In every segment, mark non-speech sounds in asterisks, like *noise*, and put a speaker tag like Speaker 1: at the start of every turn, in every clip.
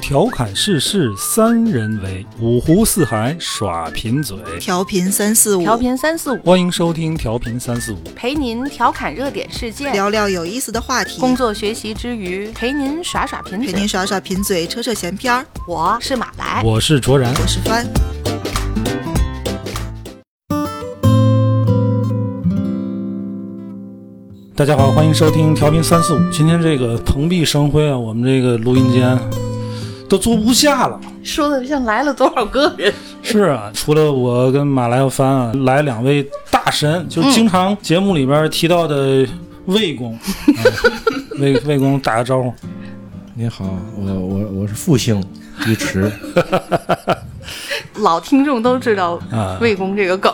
Speaker 1: 调侃世事三人为，五湖四海耍贫嘴。
Speaker 2: 调频三四五，
Speaker 3: 调频三四五，
Speaker 1: 欢迎收听调频三四五，
Speaker 3: 陪您调侃热点事件，
Speaker 2: 聊聊有意思的话题，
Speaker 3: 工作学习之余陪您耍耍贫
Speaker 2: 陪
Speaker 3: 嘴
Speaker 2: 您。耍耍贫嘴，扯扯闲篇儿。
Speaker 3: 我是马来，
Speaker 1: 我是卓然。
Speaker 2: 我是帆，
Speaker 1: 大家好，欢迎收听调频三四五。今天这个蓬荜生辉啊，我们这个录音间都坐不下了。
Speaker 3: 说的像来了多少个
Speaker 2: *laughs*
Speaker 3: 人？
Speaker 1: 是啊，除了我跟马来和帆啊，来两位大神，就是经常节目里边提到的魏 *laughs* 公。嗯魏魏公打个招呼，
Speaker 4: 你好，我我我是复姓尉迟，
Speaker 3: 老听众都知道
Speaker 1: 啊
Speaker 3: 魏公这个梗，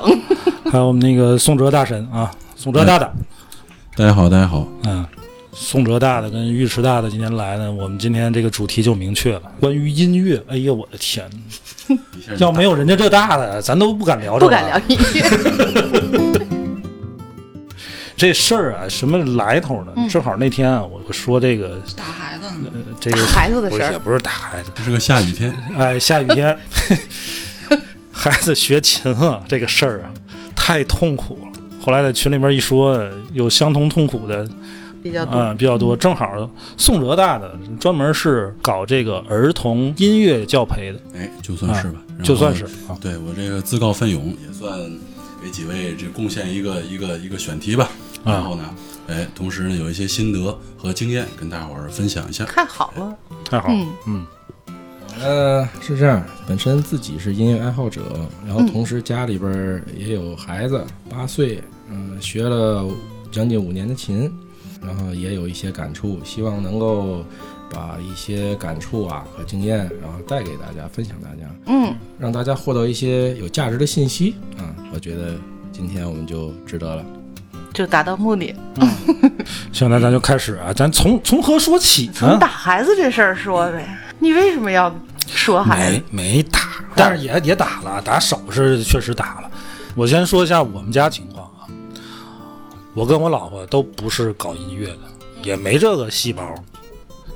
Speaker 1: 还有我们那个宋哲大神啊，宋哲大大。
Speaker 4: *laughs* 大家好，大家好，
Speaker 1: 嗯，宋哲大的跟尉迟大的今天来呢，我们今天这个主题就明确了，关于音乐。哎呀，我的天，要没有人家这大的，咱都不敢聊这
Speaker 3: 不
Speaker 1: 个
Speaker 3: 敢聊音乐。
Speaker 1: 这事儿啊，什么来头呢？
Speaker 3: 嗯
Speaker 1: 正好那天啊，我我说这个
Speaker 2: 打孩子
Speaker 1: 呃这个
Speaker 3: 孩子的
Speaker 1: 不
Speaker 3: 事
Speaker 1: 是
Speaker 3: 儿
Speaker 1: 也不是打孩子，
Speaker 4: 这是个下雨天，
Speaker 1: 哎，下雨天，孩子学琴啊，这个事儿啊，太痛苦了。后来在群里面一说，有相同痛苦的
Speaker 3: 比较多，
Speaker 1: 嗯，比较多。正好宋哲大的专门是搞这个儿童音乐教培的，
Speaker 5: 哎，就算是吧，然后
Speaker 1: 就算是啊
Speaker 5: 对我这个自告奋勇，也算给几位这贡献一个一个一个选题吧。
Speaker 1: 啊
Speaker 5: 然后呢，哎，同时呢有一些心得和经验跟大伙儿分享一下。
Speaker 3: 太好了。
Speaker 1: *laughs* 太好了。
Speaker 3: 嗯，
Speaker 1: 嗯，
Speaker 4: 呃，是这样，本身自己是音乐爱好者，然后同时家里边儿也有孩子，八岁，嗯、学了将近五年的琴，然后也有一些感触，希望能够把一些感触啊和经验，然后带给大家，分享大家，
Speaker 3: 嗯，
Speaker 4: 让大家获得一些有价值的信息啊，我觉得今天我们就值得了。
Speaker 3: 就达到目
Speaker 1: 啊
Speaker 3: 的。
Speaker 1: 行，那咱就开始啊，咱从从何说起
Speaker 3: 从
Speaker 1: 呢
Speaker 3: 打？孩子这事儿说呗，你为什么要说孩
Speaker 1: 没
Speaker 3: 子？
Speaker 1: 没打，但是也也打了，打少是确实打了。我先说一下我们家情况啊，我跟我老婆都不是搞音乐的，也没这个细胞。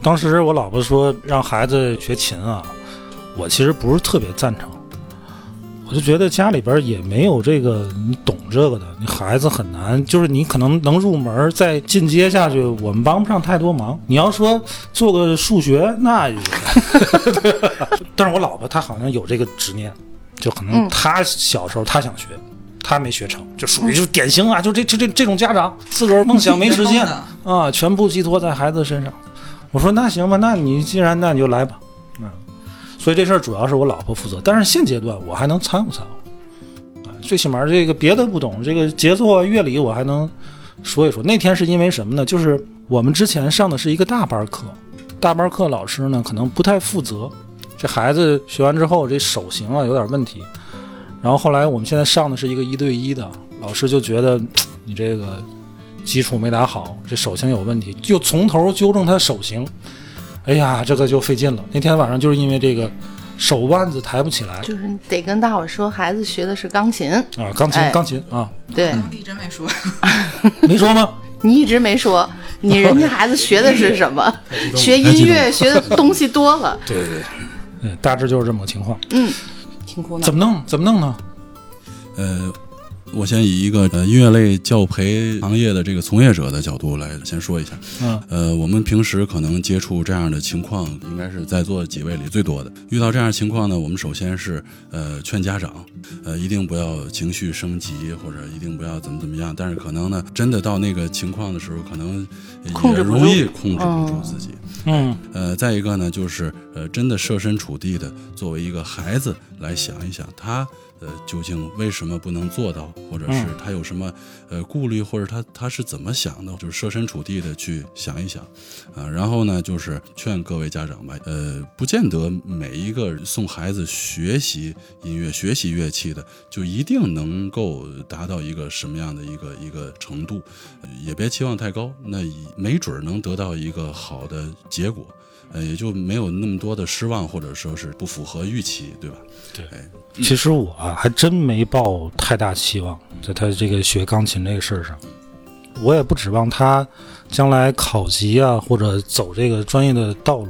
Speaker 1: 当时我老婆说让孩子学琴啊，我其实不是特别赞成，我就觉得家里边也没有这个你懂这个的，你孩子很难，就是你可能能入门，再进阶下去，我们帮不上太多忙。你要说做个数学，那也但是我老婆她好像有这个执念，就可能她小时候她想学，她没学成，就属于就是典型啊，就这这这这种家长自个儿梦想没实现啊，全部寄托在孩子身上。我说那行吧，那你既然那你就来吧，嗯，所以这事儿主要是我老婆负责，但是现阶段我还能掺和掺和，啊，最起码这个别的不懂，这个节奏啊、乐理我还能说一说。那天是因为什么呢？就是我们之前上的是一个大班课，大班课老师呢可能不太负责，这孩子学完之后这手型啊有点问题，然后后来我们现在上的是一个一对一的，老师就觉得你这个基础没打好，这手型有问题，就从头纠正他手型。哎呀，这个就费劲了。那天晚上就是因为这个手腕子抬不起来
Speaker 3: 就是你得跟大伙儿说，孩子学的是钢琴。
Speaker 1: 啊，钢琴
Speaker 3: 哎
Speaker 1: 钢琴啊，
Speaker 3: 对
Speaker 2: 一直没说，
Speaker 1: 没说吗？
Speaker 3: 你一直没说，你人家孩子学的是
Speaker 1: *laughs*
Speaker 3: 什么？学音乐学的东西多了，
Speaker 1: 对对对，嗯，大致就是这么个情况。
Speaker 3: 挺苦恼
Speaker 1: 怎。么弄？怎么弄呢？
Speaker 5: 呃，我先以一个呃音乐类教培行业的这个从业者的角度来先说一下。
Speaker 1: 嗯，
Speaker 5: 呃，我们平时可能接触这样的情况，应该是在座几位里最多的。遇到这样的情况呢，我们首先是呃劝家长，呃，一定不要情绪升级，或者一定不要怎么怎么样。但是可能呢，真的到那个情况的时候，可能
Speaker 3: 控
Speaker 5: 也
Speaker 3: 制不住
Speaker 5: 容易控制不住自己。
Speaker 1: 嗯
Speaker 5: 呃，再一个呢，就是呃，真的设身处地的作为一个孩子来想一想，他呃究竟为什么不能做到，或者是他有什么呃顾虑，或者他他是怎么想的，就是设身处地的去想一想啊、然后呢，就是劝各位家长吧，呃，不见得每一个送孩子学习音乐、学习乐器的，就一定能够达到一个什么样的一个一个程度，呃也别期望太高，那以没准儿能得到一个好的结果，呃，也就没有那么多的失望，或者说是不符合预期，对吧？
Speaker 1: 其实我啊，还真没抱太大期望，在他这个学钢琴这个事儿上，我也不指望他将来考级啊，或者走这个专业的道路。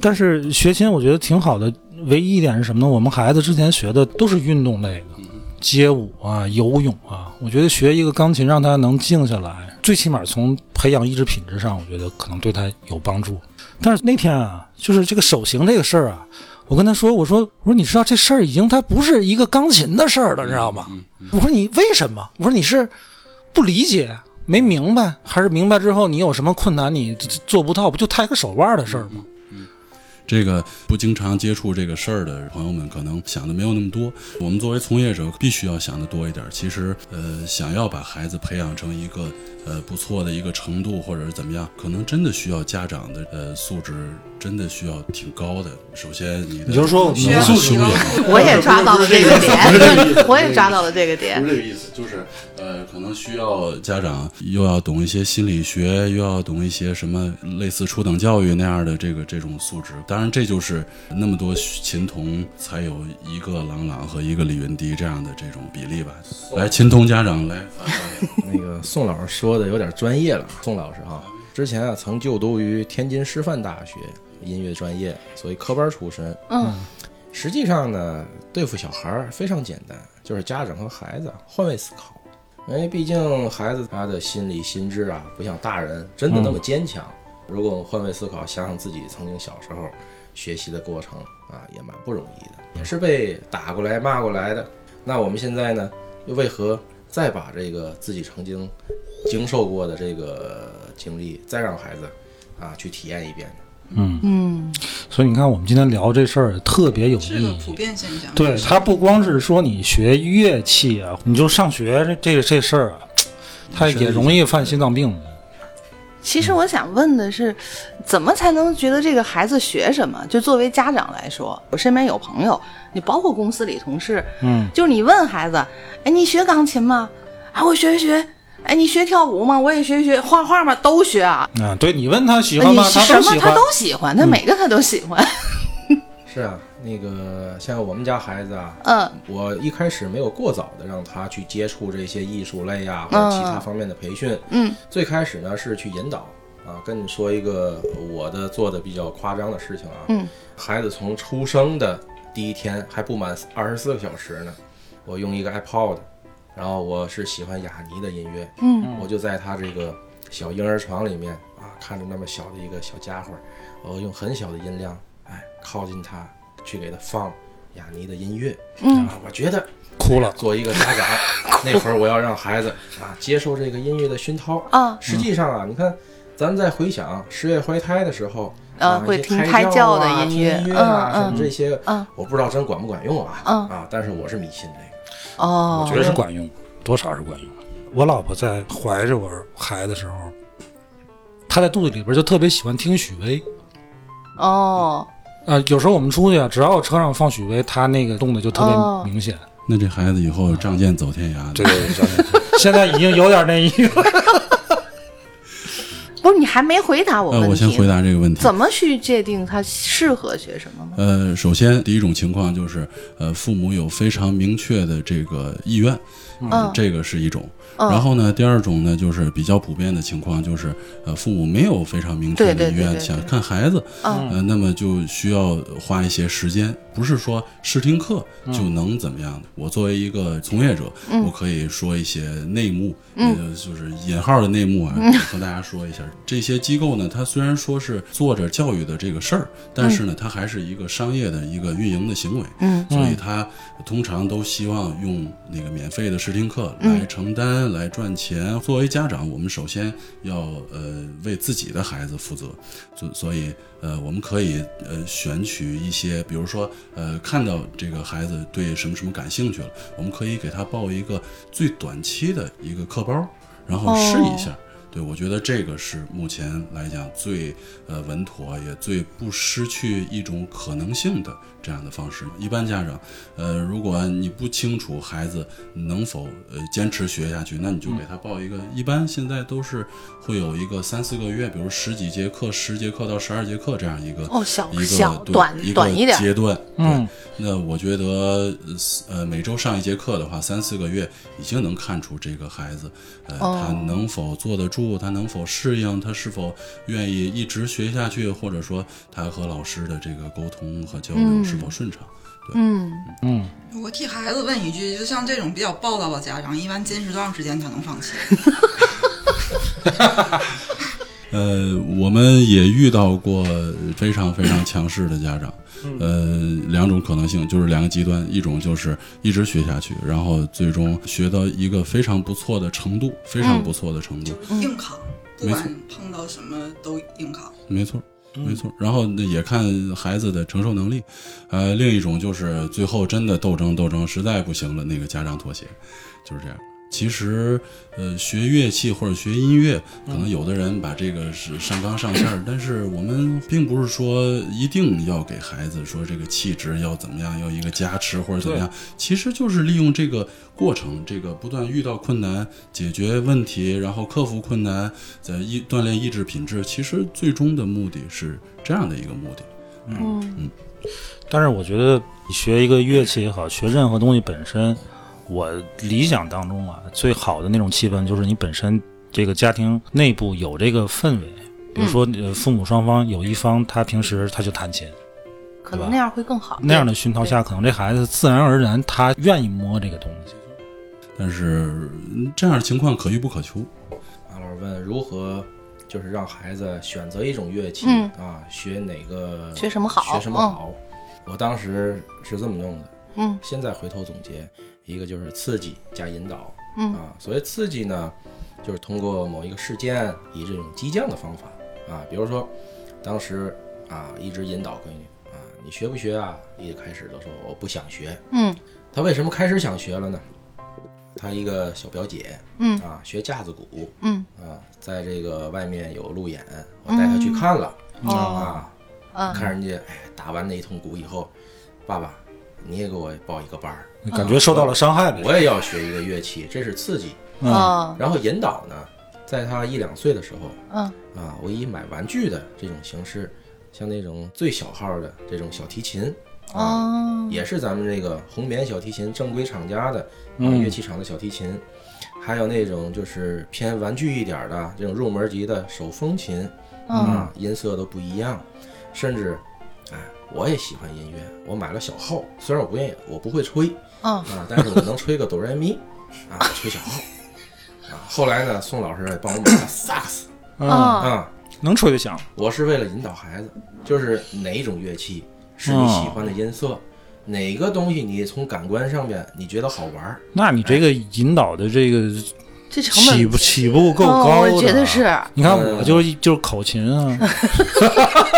Speaker 1: 但是学琴我觉得挺好的，唯一一点是什么呢？我们孩子之前学的都是运动类的，街舞啊、游泳啊。我觉得学一个钢琴，让他能静下来，最起码从培养意志品质上，我觉得可能对他有帮助。但是那天啊，就是这个手型这个事儿啊，我跟他说，我说我说你知道这事儿已经它不是一个钢琴的事儿了，你知道
Speaker 3: 嗯
Speaker 1: 吗？我说你为什么？我说你是不理解。没明白，还是明白之后你有什么困难你做不到，不就他一个手腕的事儿
Speaker 3: 嗯
Speaker 1: 吗？
Speaker 5: 这个不经常接触这个事儿的朋友们，可能想的没有那么多。我们作为从业者，必须要想的多一点。其实，呃，想要把孩子培养成一个呃不错的一个程度，或者是怎么样，可能真的需要家长的呃素质，真的需要挺高的。首先，你的
Speaker 1: 你就说我们
Speaker 5: 文化
Speaker 1: 素
Speaker 5: 修
Speaker 1: 质
Speaker 5: 养，
Speaker 3: *laughs* 我也抓到了这个点， *laughs* 我也抓到了这个点
Speaker 5: 不。是这个意思，就是呃，可能需要家长又要懂一些心理学，又要懂一些什么类似初等教育那样的这个这种素质。当然，这就是那么多琴童才有一个郎朗和一个李云迪这样的这种比例吧。来，琴童家长来发发
Speaker 4: *laughs*
Speaker 5: 言，
Speaker 4: 那个宋老师说的有点专业了。宋老师哈，之前啊曾就读于天津师范大学音乐专业，所以科班出身。
Speaker 3: 嗯，
Speaker 4: 实际上呢，对付小孩儿非常简单，就是家长和孩子换位思考，因为毕竟孩子他的心理心智啊，不像大人真的那么坚强。如果我们换位思考，想想自己曾经小时候学习的过程啊，也蛮不容易的，也是被打过来骂过来的。那我们现在呢，又为何再把这个自己曾经经受过的这个经历，再让孩子啊去体验一遍呢？
Speaker 1: 所以你看，我们今天聊这事儿特别有意义。
Speaker 6: 遍现象
Speaker 1: 对，它不光是说你学乐器啊，你就上学这这这事儿啊，它也容易犯心脏病。
Speaker 3: 其实我想问的是，怎么才能觉得这个孩子学什么？就作为家长来说，我身边有朋友，你包括公司里同事，
Speaker 1: 嗯，
Speaker 3: 就是你问孩子，哎，你学钢琴吗？啊，我学一学。哎，你学跳舞吗？我也学一学。画画吗？都学啊。
Speaker 1: 啊，对你问他喜欢
Speaker 3: 哎你
Speaker 1: 吗？都
Speaker 3: 什么
Speaker 1: 喜
Speaker 3: 他
Speaker 1: 欢
Speaker 3: 都。喜欢，他每个他都喜欢。
Speaker 4: 是啊，那个像我们家孩子啊，
Speaker 3: 嗯，
Speaker 4: 我一开始没有过早的让他去接触这些艺术类啊呀、或者其他方面的培训，
Speaker 3: 嗯，
Speaker 4: 最开始呢是去引导啊，跟你说一个我的做的比较夸张的事情啊，
Speaker 3: 嗯，
Speaker 4: 孩子从出生的第一天还不满二十四个小时呢，我用一个 iPod，然后我是喜欢雅尼的音乐，
Speaker 3: 嗯，
Speaker 4: 我就在他这个小婴儿床里面啊，看着那么小的一个小家伙，我用很小的音量，哎，靠近他去给他放雅尼的音乐，嗯，啊，我觉得
Speaker 1: 哭了，
Speaker 4: 作为一个家
Speaker 3: *laughs*
Speaker 4: 长，那会儿我要让孩子啊接受这个音乐的熏陶
Speaker 3: 啊
Speaker 4: 实际上啊，你看，咱在回想十月怀胎的时候，
Speaker 3: 啊
Speaker 4: 啊，
Speaker 3: 会
Speaker 4: 一些
Speaker 3: 听胎
Speaker 4: 胎
Speaker 3: 教的
Speaker 4: 啊
Speaker 3: 音
Speaker 4: 听
Speaker 3: 乐
Speaker 4: 音乐啊，
Speaker 3: 嗯
Speaker 4: 什
Speaker 3: 嗯
Speaker 4: 么这些，
Speaker 3: 嗯
Speaker 4: 我不知道真管不管用啊，
Speaker 3: 嗯
Speaker 4: 啊，但是我是迷信这个。
Speaker 3: 哦，
Speaker 1: 我觉得是管用，多少是管用。啊我老婆在怀着我孩子的时候，她在肚子里边就特别喜欢听许巍。
Speaker 3: 哦，
Speaker 1: 啊，有时候我们出去啊，只要车上放许巍，她那个动的就特
Speaker 3: 哦
Speaker 1: 别明显。
Speaker 5: 那这孩子以后仗剑走天涯
Speaker 1: 对
Speaker 5: 的。
Speaker 1: 对对教练， *laughs* 现在已经有点那意思。
Speaker 3: 不是你还没回答我
Speaker 5: 呃，
Speaker 3: 问
Speaker 5: 我
Speaker 3: 题
Speaker 5: 先
Speaker 3: 呢，
Speaker 5: 回答这个问题。
Speaker 3: 怎么去界定他适合学什么呢？
Speaker 5: 呃，首先第一种情况就是，呃，父母有非常明确的这个意愿，呃
Speaker 3: 嗯
Speaker 5: 这个是一种。
Speaker 3: 嗯
Speaker 5: 然后呢，第二种呢，就是比较普遍的情况，就是呃，父母没有非常明确
Speaker 3: 对对
Speaker 5: 的意
Speaker 3: 对对
Speaker 5: 愿
Speaker 3: 对
Speaker 5: 想看孩子，
Speaker 3: 嗯
Speaker 5: 呃，那么就需要花一些时间，不是说试听课就能怎么样的。我作为一个从业者，
Speaker 3: 嗯
Speaker 5: 我可以说一些内幕，呃，就是引号的内幕啊，
Speaker 3: 嗯
Speaker 5: 和大家说一下。这些机构呢，它虽然说是做着教育的这个事儿，但是呢，它还是一个商业的一个运营的行为。
Speaker 3: 嗯，
Speaker 5: 所以他通常都希望用那个免费的试听课
Speaker 3: 嗯
Speaker 5: 来承担、来赚钱。作为家长，我们首先要呃为自己的孩子负责，所所以呃我们可以呃选取一些，比如说呃看到这个孩子对什么什么感兴趣了，我们可以给他报一个最短期的一个课包，然后试一
Speaker 3: 哦
Speaker 5: 下。对，我觉得这个是目前来讲最呃稳妥，也最不失去一种可能性的这样的方式。一般家长，呃，如果你不清楚孩子能否呃坚持学下去，那你
Speaker 3: 嗯
Speaker 5: 就给他报一个。一般现在都是会有一个三四个月，比如十几节课、十节课到十二节课这样一个
Speaker 3: 哦小
Speaker 5: 一个
Speaker 3: 小
Speaker 5: 对
Speaker 3: 短
Speaker 5: 一个
Speaker 3: 短一点
Speaker 5: 阶段。
Speaker 1: 嗯
Speaker 5: 对，那我觉得呃每周上一节课的话，三四个月已经能看出这个孩子呃、他能否坐得住。术，他能否适应，他是否愿意一直学下去，或者说他和老师的这个沟通和交流
Speaker 3: 嗯
Speaker 5: 是否顺畅。
Speaker 3: 嗯，
Speaker 1: 嗯，
Speaker 6: 我替孩子问一句，就像这种比较暴躁的家长，一般坚持多长时间才能放弃？
Speaker 5: 呃，我们也遇到过非常非常强势的家长，呃，两种可能性就是两个极端，一种就是一直学下去，然后最终学到一个非常不错的程度，非常不错的程度，
Speaker 6: 硬扛，不
Speaker 5: 没
Speaker 6: 管碰到什么都硬扛。
Speaker 5: 没错。没错，然后那也看孩子的承受能力，呃，另一种就是最后真的斗争斗争，实在不行了，那个家长妥协，就是这样。其实，呃，学乐器或者学音乐，可能有的人把这个是上纲上线儿，但是我们并不是说一定要给孩子说这个气质要怎么样，要一个加持或者怎么样，其实就是利用这个过程，这个不断遇到困难、解决问题，然后克服困难，在意锻炼意志品质，其实最终的目的是这样的一个目的。
Speaker 1: 但是我觉得你学一个乐器也好，学任何东西本身，我理想当中啊，最好的那种气氛就是你本身这个家庭内部有这个氛围。比如说，呃父母双方有一方他平时他就弹琴，
Speaker 3: 可能那样会更好。
Speaker 1: 那样的熏陶下，可能这孩子自然而然他愿意摸这个东西。
Speaker 5: 但是嗯这样的情况可遇不可求，
Speaker 4: 马老师问如何就是让孩子选择一种乐器、
Speaker 3: 嗯
Speaker 4: 啊，学哪个
Speaker 3: 学什么好
Speaker 4: 学什么好。我当时是这么用的，
Speaker 3: 嗯，
Speaker 4: 现在回头总结，一个就是刺激加引导，
Speaker 3: 嗯
Speaker 4: 啊，所谓刺激呢，就是通过某一个事件，以这种激将的方法啊，比如说当时啊一直引导闺女啊，你学不学啊？一开始都说我不想学，
Speaker 3: 嗯，
Speaker 4: 她为什么开始想学了呢？她一个小表姐，
Speaker 3: 嗯
Speaker 4: 啊，学架子鼓，
Speaker 3: 嗯
Speaker 4: 啊，在这个外面有路演，我带他去看了、
Speaker 3: 嗯哦，
Speaker 4: 啊，
Speaker 3: 嗯
Speaker 4: 看人家哎打完那一通鼓以后，爸爸你也给我报一个班儿，
Speaker 1: 感觉受到了伤害了。
Speaker 4: 我也要学一个乐器，这是刺激。
Speaker 1: 嗯
Speaker 3: 哦，
Speaker 4: 然后引导呢，在他一两岁的时候
Speaker 3: 嗯
Speaker 4: 啊，我以买玩具的这种形式，像那种最小号的这种小提琴啊，
Speaker 1: 嗯
Speaker 3: 哦，
Speaker 4: 也是咱们这个红棉小提琴正规厂家的、啊、
Speaker 1: 嗯
Speaker 4: 乐器厂的小提琴，还有那种就是偏玩具一点儿的这种入门级的手风琴，
Speaker 3: 嗯
Speaker 4: 啊，音色都不一样，甚至，哎，我也喜欢音乐，我买了小号，虽然我不愿意，我不会吹
Speaker 3: 嗯
Speaker 4: 啊，但是我能吹个哆来咪， *laughs* 啊，我吹小号，啊，后来呢，宋老师也帮我买了萨克斯
Speaker 1: 嗯，
Speaker 3: 哦，
Speaker 4: 啊，
Speaker 1: 能吹就响。
Speaker 4: 我是为了引导孩子，就是哪一种乐器是你喜欢的音色，哪个东西你从感官上面你觉得好玩儿，
Speaker 1: 那你这个引导的这个
Speaker 3: 这成
Speaker 1: 起
Speaker 3: 本哦
Speaker 1: 步起步够高的，啊
Speaker 3: 我觉得是。
Speaker 1: 你看我就是就是口琴啊，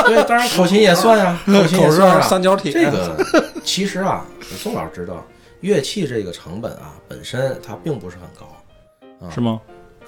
Speaker 4: 对，当然 *laughs* 口琴也算呀、口琴也
Speaker 1: 口
Speaker 4: 算啊，
Speaker 1: 哨三角铁
Speaker 4: 这个 *laughs* 其实啊，宋老师知道，乐器这个成本啊，本身它并不是很高。
Speaker 1: *laughs* 是吗？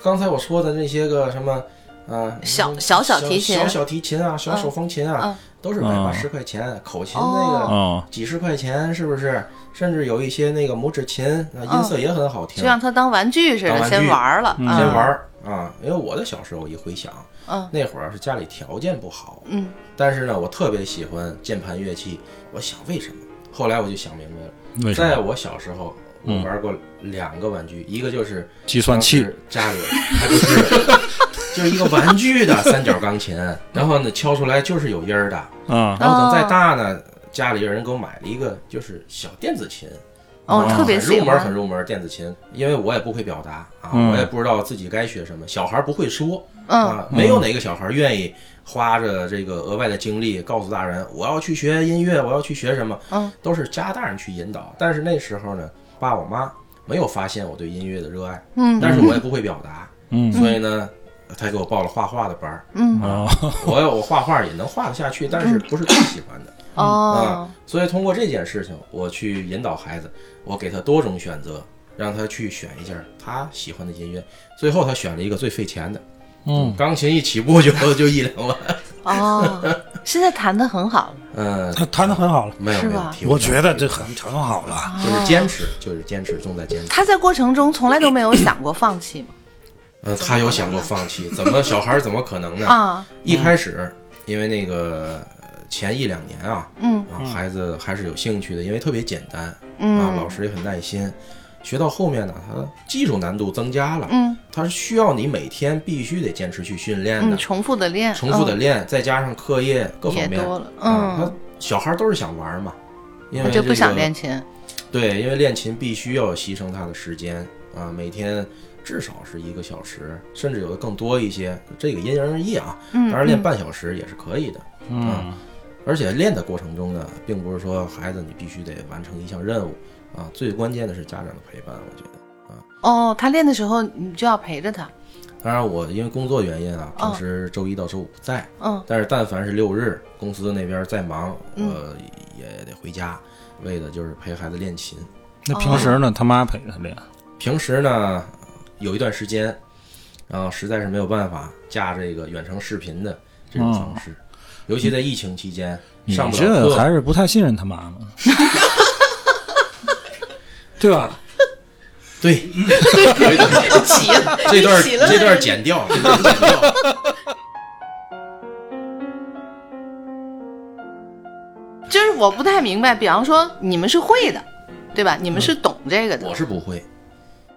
Speaker 4: 刚才我说的那些个什么，啊，
Speaker 3: 小小小提琴
Speaker 4: 小小提琴啊，小手风琴啊
Speaker 3: 嗯，
Speaker 4: 都是百八十块钱，口琴那个
Speaker 1: 哦，
Speaker 4: 几十块钱，是不是？甚至有一些那个拇指琴，啊，
Speaker 3: 嗯
Speaker 4: 音色也很好听
Speaker 3: 就。让他当玩具似
Speaker 4: 当
Speaker 3: 的，
Speaker 4: 玩具
Speaker 3: 先玩儿了，
Speaker 1: 嗯
Speaker 4: 先玩
Speaker 3: 儿，
Speaker 4: 儿啊，因为我的小时候一回想，
Speaker 3: 嗯
Speaker 4: 那会儿是家里条件不好，
Speaker 3: 嗯，
Speaker 4: 但是呢，我特别喜欢键盘乐器。我想为什么？后来我就想明白了。
Speaker 1: 为什
Speaker 4: 在
Speaker 1: 么？
Speaker 4: 我小时候，我玩过两个玩具，一个就是
Speaker 1: 计算器，
Speaker 4: 家里它就是 *laughs* 就是一个玩具的三角钢琴，然后呢敲出来就是有音儿的，
Speaker 1: 啊，
Speaker 4: 然后等再
Speaker 3: 哦
Speaker 4: 大呢，家里有人给我买了一个就是小电子琴。
Speaker 3: 哦
Speaker 4: 啊
Speaker 3: 特别
Speaker 4: 很
Speaker 3: 喜
Speaker 4: 入
Speaker 3: 欢
Speaker 4: 门，很入门电子琴，因为我也不会表达啊，
Speaker 1: 嗯
Speaker 4: 我也不知道自己该学什么，小孩不会说，
Speaker 3: 嗯
Speaker 4: 啊，没有哪个小孩愿意花着这个额外的精力告诉大人我要去学音乐，我要去学什么，
Speaker 3: 嗯，
Speaker 4: 都是家大人去引导。但是那时候呢，爸我妈没有发现我对音乐的热爱，
Speaker 3: 嗯
Speaker 4: 但是我也不会表达，
Speaker 1: 嗯
Speaker 4: 所以呢，他给我报了画画的班儿，
Speaker 3: 嗯
Speaker 1: 哦，
Speaker 4: 我我画画也能画得下去，但是不是最喜欢的。
Speaker 3: 哦
Speaker 4: 啊，所以通过这件事情，我去引导孩子，我给他多种选择，让他去选一下他喜欢的音乐。最后他选了一个最费钱的，
Speaker 1: 嗯，
Speaker 4: 钢琴一起步就就一两万，
Speaker 3: 哦，
Speaker 4: *laughs*
Speaker 3: 现在弹的很好了，
Speaker 4: 嗯，
Speaker 1: 他 *laughs* 弹的很好了，
Speaker 4: 没有
Speaker 3: 是
Speaker 4: 没有
Speaker 3: 吧，
Speaker 4: 提
Speaker 1: 我
Speaker 4: 不
Speaker 1: 觉
Speaker 4: 上
Speaker 1: 得这很很好了。
Speaker 4: 就是坚持，就是坚持，重在坚持。
Speaker 3: 他在过程中从来都没有想过放弃嘛，
Speaker 4: 嗯，他有想过放弃，怎么小孩儿怎么可能呢？
Speaker 3: 啊，
Speaker 4: 一开始因为那个呃前一两年啊，
Speaker 3: 嗯
Speaker 4: 啊，孩子还是有兴趣的，因为特别简单，啊，
Speaker 3: 嗯
Speaker 4: 老师也很耐心。学到后面呢，他技术难度增加了，
Speaker 3: 嗯，
Speaker 4: 它是需要你每天必须得坚持去训练的，
Speaker 3: 嗯，重复的练，
Speaker 4: 重复的
Speaker 3: 嗯
Speaker 4: 练，再加上课业各方
Speaker 3: 也
Speaker 4: 面，
Speaker 3: 多了
Speaker 4: 啊，
Speaker 3: 嗯
Speaker 4: 他小孩都是想玩嘛，因为
Speaker 3: 他就不想
Speaker 4: 这个
Speaker 3: 练琴，
Speaker 4: 对，因为练琴必须要牺牲他的时间啊，每天至少是一个小时，甚至有的更多一些，这个因人而异啊。
Speaker 3: 嗯，
Speaker 4: 当然，练
Speaker 3: 嗯
Speaker 4: 半小时也是可以的。
Speaker 1: 嗯，
Speaker 4: 而且练的过程中呢，并不是说孩子你必须得完成一项任务啊，最关键的是家长的陪伴，我觉得。
Speaker 3: 哦，他练的时候你就要陪着他，
Speaker 4: 当然，我因为工作原因啊，
Speaker 3: 哦
Speaker 4: 平时周一到周五不在，
Speaker 3: 嗯
Speaker 4: 但是但凡是六日，公司那边再忙，
Speaker 3: 嗯
Speaker 4: 呃，也得回家，为的就是陪孩子练琴。
Speaker 1: 那平时呢，他妈陪着他练，
Speaker 4: 平时呢，有一段时间，然后实在是没有办法架这个远程视频的这种方式，尤其在疫情期间
Speaker 1: 嗯你
Speaker 4: 上不
Speaker 1: 这
Speaker 4: 了
Speaker 1: 个
Speaker 4: 课，
Speaker 1: 还是不太信任他妈 *laughs* 妈，对吧？
Speaker 4: 对，
Speaker 3: 急了， *laughs*
Speaker 4: 这段
Speaker 3: 急了
Speaker 4: 这段
Speaker 3: *laughs*
Speaker 4: 剪掉，这段剪掉。
Speaker 3: 就是我不太明白，比方说你们是会的，对吧？你
Speaker 4: 嗯
Speaker 3: 们是懂这个的，
Speaker 4: 我是不会，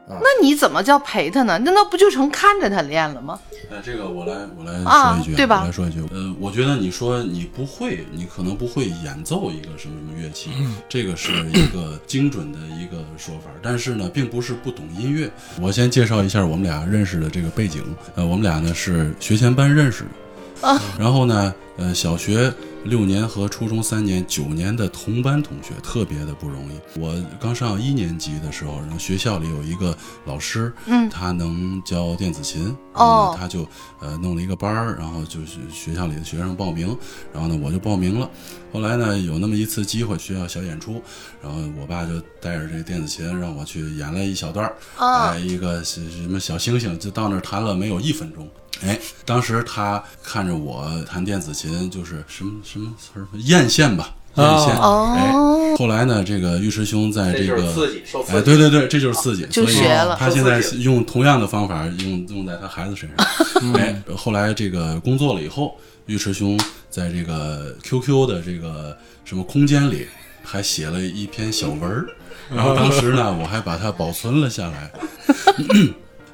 Speaker 3: 那你怎么叫陪他呢？那那不就成看着他练了吗？
Speaker 5: 呃，这个我来我来
Speaker 3: 啊
Speaker 5: 说一句，
Speaker 3: 对吧
Speaker 5: 我来说一句，呃，我觉得你说你不会，你可能不会演奏一个什么什么乐器，这个是一个精准的一个说法。但是呢，并不是不懂音乐。我先介绍一下我们俩认识的这个背景。呃，我们俩呢是学前班认识的，然后呢，呃，小学。六年和初中三年、九年的同班同学特别的不容易。我刚上一年级的时候，然后学校里有一个老师，
Speaker 3: 嗯
Speaker 5: 他能教电子琴，然后
Speaker 3: 哦
Speaker 5: 呢，他就呃弄了一个班儿，然后就是学校里的学生报名，然后呢我就报名了。后来呢有那么一次机会，学校小演出，然后我爸就带着这个电子琴让我去演了一小段儿，
Speaker 3: 啊
Speaker 5: 哎，一个是什么小星星，就到那儿弹了没有一分钟。哎，当时他看着我弹电子琴，就是什么什么词儿，艳羡吧，艳羡。
Speaker 3: 哦
Speaker 5: 哎，后来呢，这个尉师兄在这个
Speaker 4: 激，受
Speaker 5: 哎，对对对，这就是刺激，
Speaker 3: 就
Speaker 5: 所以
Speaker 3: 学了
Speaker 5: 他现在用同样的方法用用在他孩子身上。哎，后来这个工作了以后，尉迟兄在这个 QQ 的这个什么空间里还写了一篇小文儿，然后当时呢，我还把它保存了下来。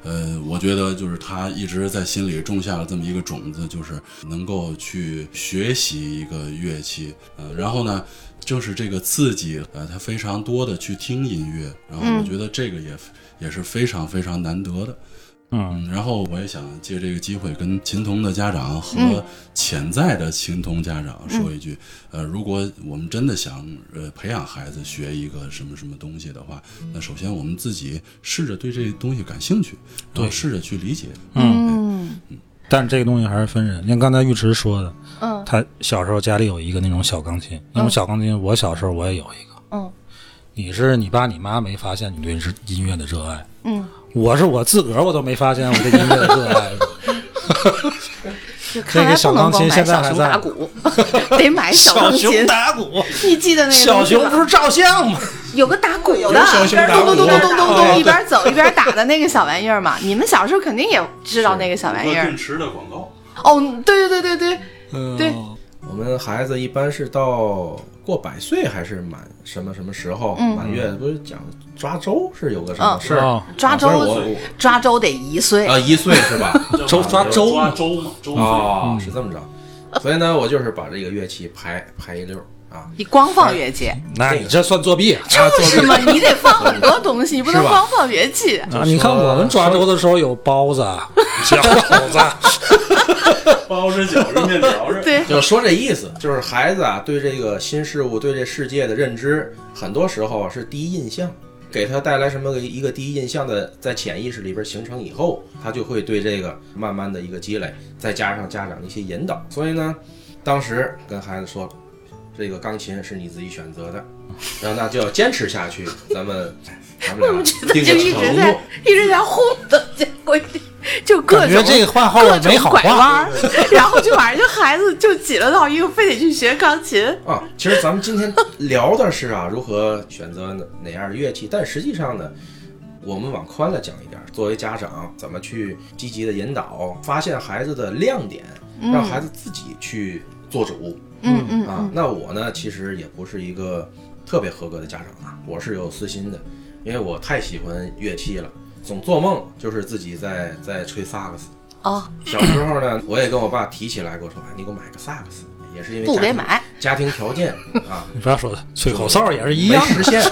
Speaker 5: 呃，我觉得就是他一直在心里种下了这么一个种子，就是能够去学习一个乐器。呃，然后呢，正是这个刺激，呃，他非常多的去听音乐，然后我觉得这个也、也是非常非常难得的。
Speaker 1: 嗯，
Speaker 5: 嗯，然后我也想借这个机会跟琴童的家长
Speaker 3: 嗯
Speaker 5: 和潜在的琴童家长说一句，呃，如果我们真的想呃培养孩子学一个什么什么东西的话，那首先我们自己试着对这东西感兴趣，然后
Speaker 1: 对
Speaker 5: 试着去理解。
Speaker 3: 嗯
Speaker 1: 但是这个东西还是分人，像刚才尉迟说的，
Speaker 3: 嗯
Speaker 1: 他小时候家里有一个那种小钢琴，那种小钢琴，我小时候我也有一个。
Speaker 3: 嗯
Speaker 1: 你是你爸你妈没发现你对音乐的热爱，
Speaker 3: 嗯，
Speaker 1: 我是我自个儿我都没发现我对音乐的热
Speaker 3: *laughs*
Speaker 1: 爱。
Speaker 3: 就看来不能光买小熊打鼓，得买哎小钢琴。
Speaker 1: 打鼓，
Speaker 3: 你记得那个东西吧
Speaker 1: 是照相吗？
Speaker 3: 有个打鼓的，
Speaker 4: 小熊打鼓
Speaker 3: 咚咚咚咚咚
Speaker 1: 对
Speaker 3: 咚，一边走一边打的那个小玩意儿嘛。你们小时候肯定也知道那个小玩意儿。
Speaker 5: 池的广告。
Speaker 3: 哦，对对对对对对，
Speaker 4: 我们孩子一般是到过百岁还是满什么什么时候？
Speaker 3: 嗯
Speaker 4: 满月不是讲抓周是有个什么事儿
Speaker 1: 哦？
Speaker 3: 抓周
Speaker 4: 啊不是我
Speaker 3: 抓周得一岁
Speaker 4: 我啊，一岁是吧？ *laughs*
Speaker 1: 周抓周嘛
Speaker 5: 周嘛，周
Speaker 4: 啊，是这么着。所以呢，我就是把这个乐器排排一溜儿啊。
Speaker 3: 你光放乐器，
Speaker 1: 那你这算作弊啊！
Speaker 3: 就是嘛，你得放很多东西，你不能
Speaker 4: 是吧
Speaker 3: 光放乐器。
Speaker 1: 啊你看我们抓周的时候有包子、
Speaker 3: *laughs*
Speaker 1: 饺子，啊
Speaker 5: 包是饺子面条是。
Speaker 3: 对，
Speaker 4: 就说这意思，就是孩子啊，对这个新事物、对这世界的认知，很多时候是第一印象，给他带来什么个一个第一印象的，在潜意识里边形成以后，他就会对这个慢慢的一个积累，再加上家长的一些引导，所以呢，当时跟孩子说了，这个钢琴是你自己选择的，然后那就要坚持下去，咱们咱们
Speaker 3: 我
Speaker 4: 俩
Speaker 3: 们觉得
Speaker 4: 定
Speaker 3: 就一
Speaker 4: 个
Speaker 3: 直
Speaker 4: 承
Speaker 3: 在 *laughs*
Speaker 4: 诺。
Speaker 3: 一直在轰的结果就各
Speaker 1: 感觉
Speaker 3: 种
Speaker 1: 这个话后
Speaker 3: 各
Speaker 1: 边
Speaker 3: 种
Speaker 1: 没好
Speaker 3: 拐弯
Speaker 1: 话。
Speaker 3: 儿， *laughs* 然后就反正就孩子就挤了到一个非得去学钢琴。
Speaker 4: 啊，其实咱们今天聊的是啊，如何选择哪哪样的乐器，但实际上呢，我们往宽了讲一点，作为家长怎么去积极的引导，发现孩子的亮点，让孩子自己去做主、
Speaker 3: 嗯嗯
Speaker 4: 啊。那我呢，其实也不是一个特别合格的家长啊，我是有私心的，因为我太喜欢乐器了。总做梦就是自己在在吹萨克斯。
Speaker 3: 哦，
Speaker 4: 小时候呢，我也跟我爸提起来过，说哎，你给我买个萨克斯，也是因为
Speaker 3: 不
Speaker 4: 家
Speaker 3: 给
Speaker 4: 庭
Speaker 3: 买，
Speaker 4: 家庭条件啊，
Speaker 1: 你不要说的，吹 *laughs* 口哨也是一样
Speaker 4: 没。实
Speaker 1: *laughs*
Speaker 4: 现，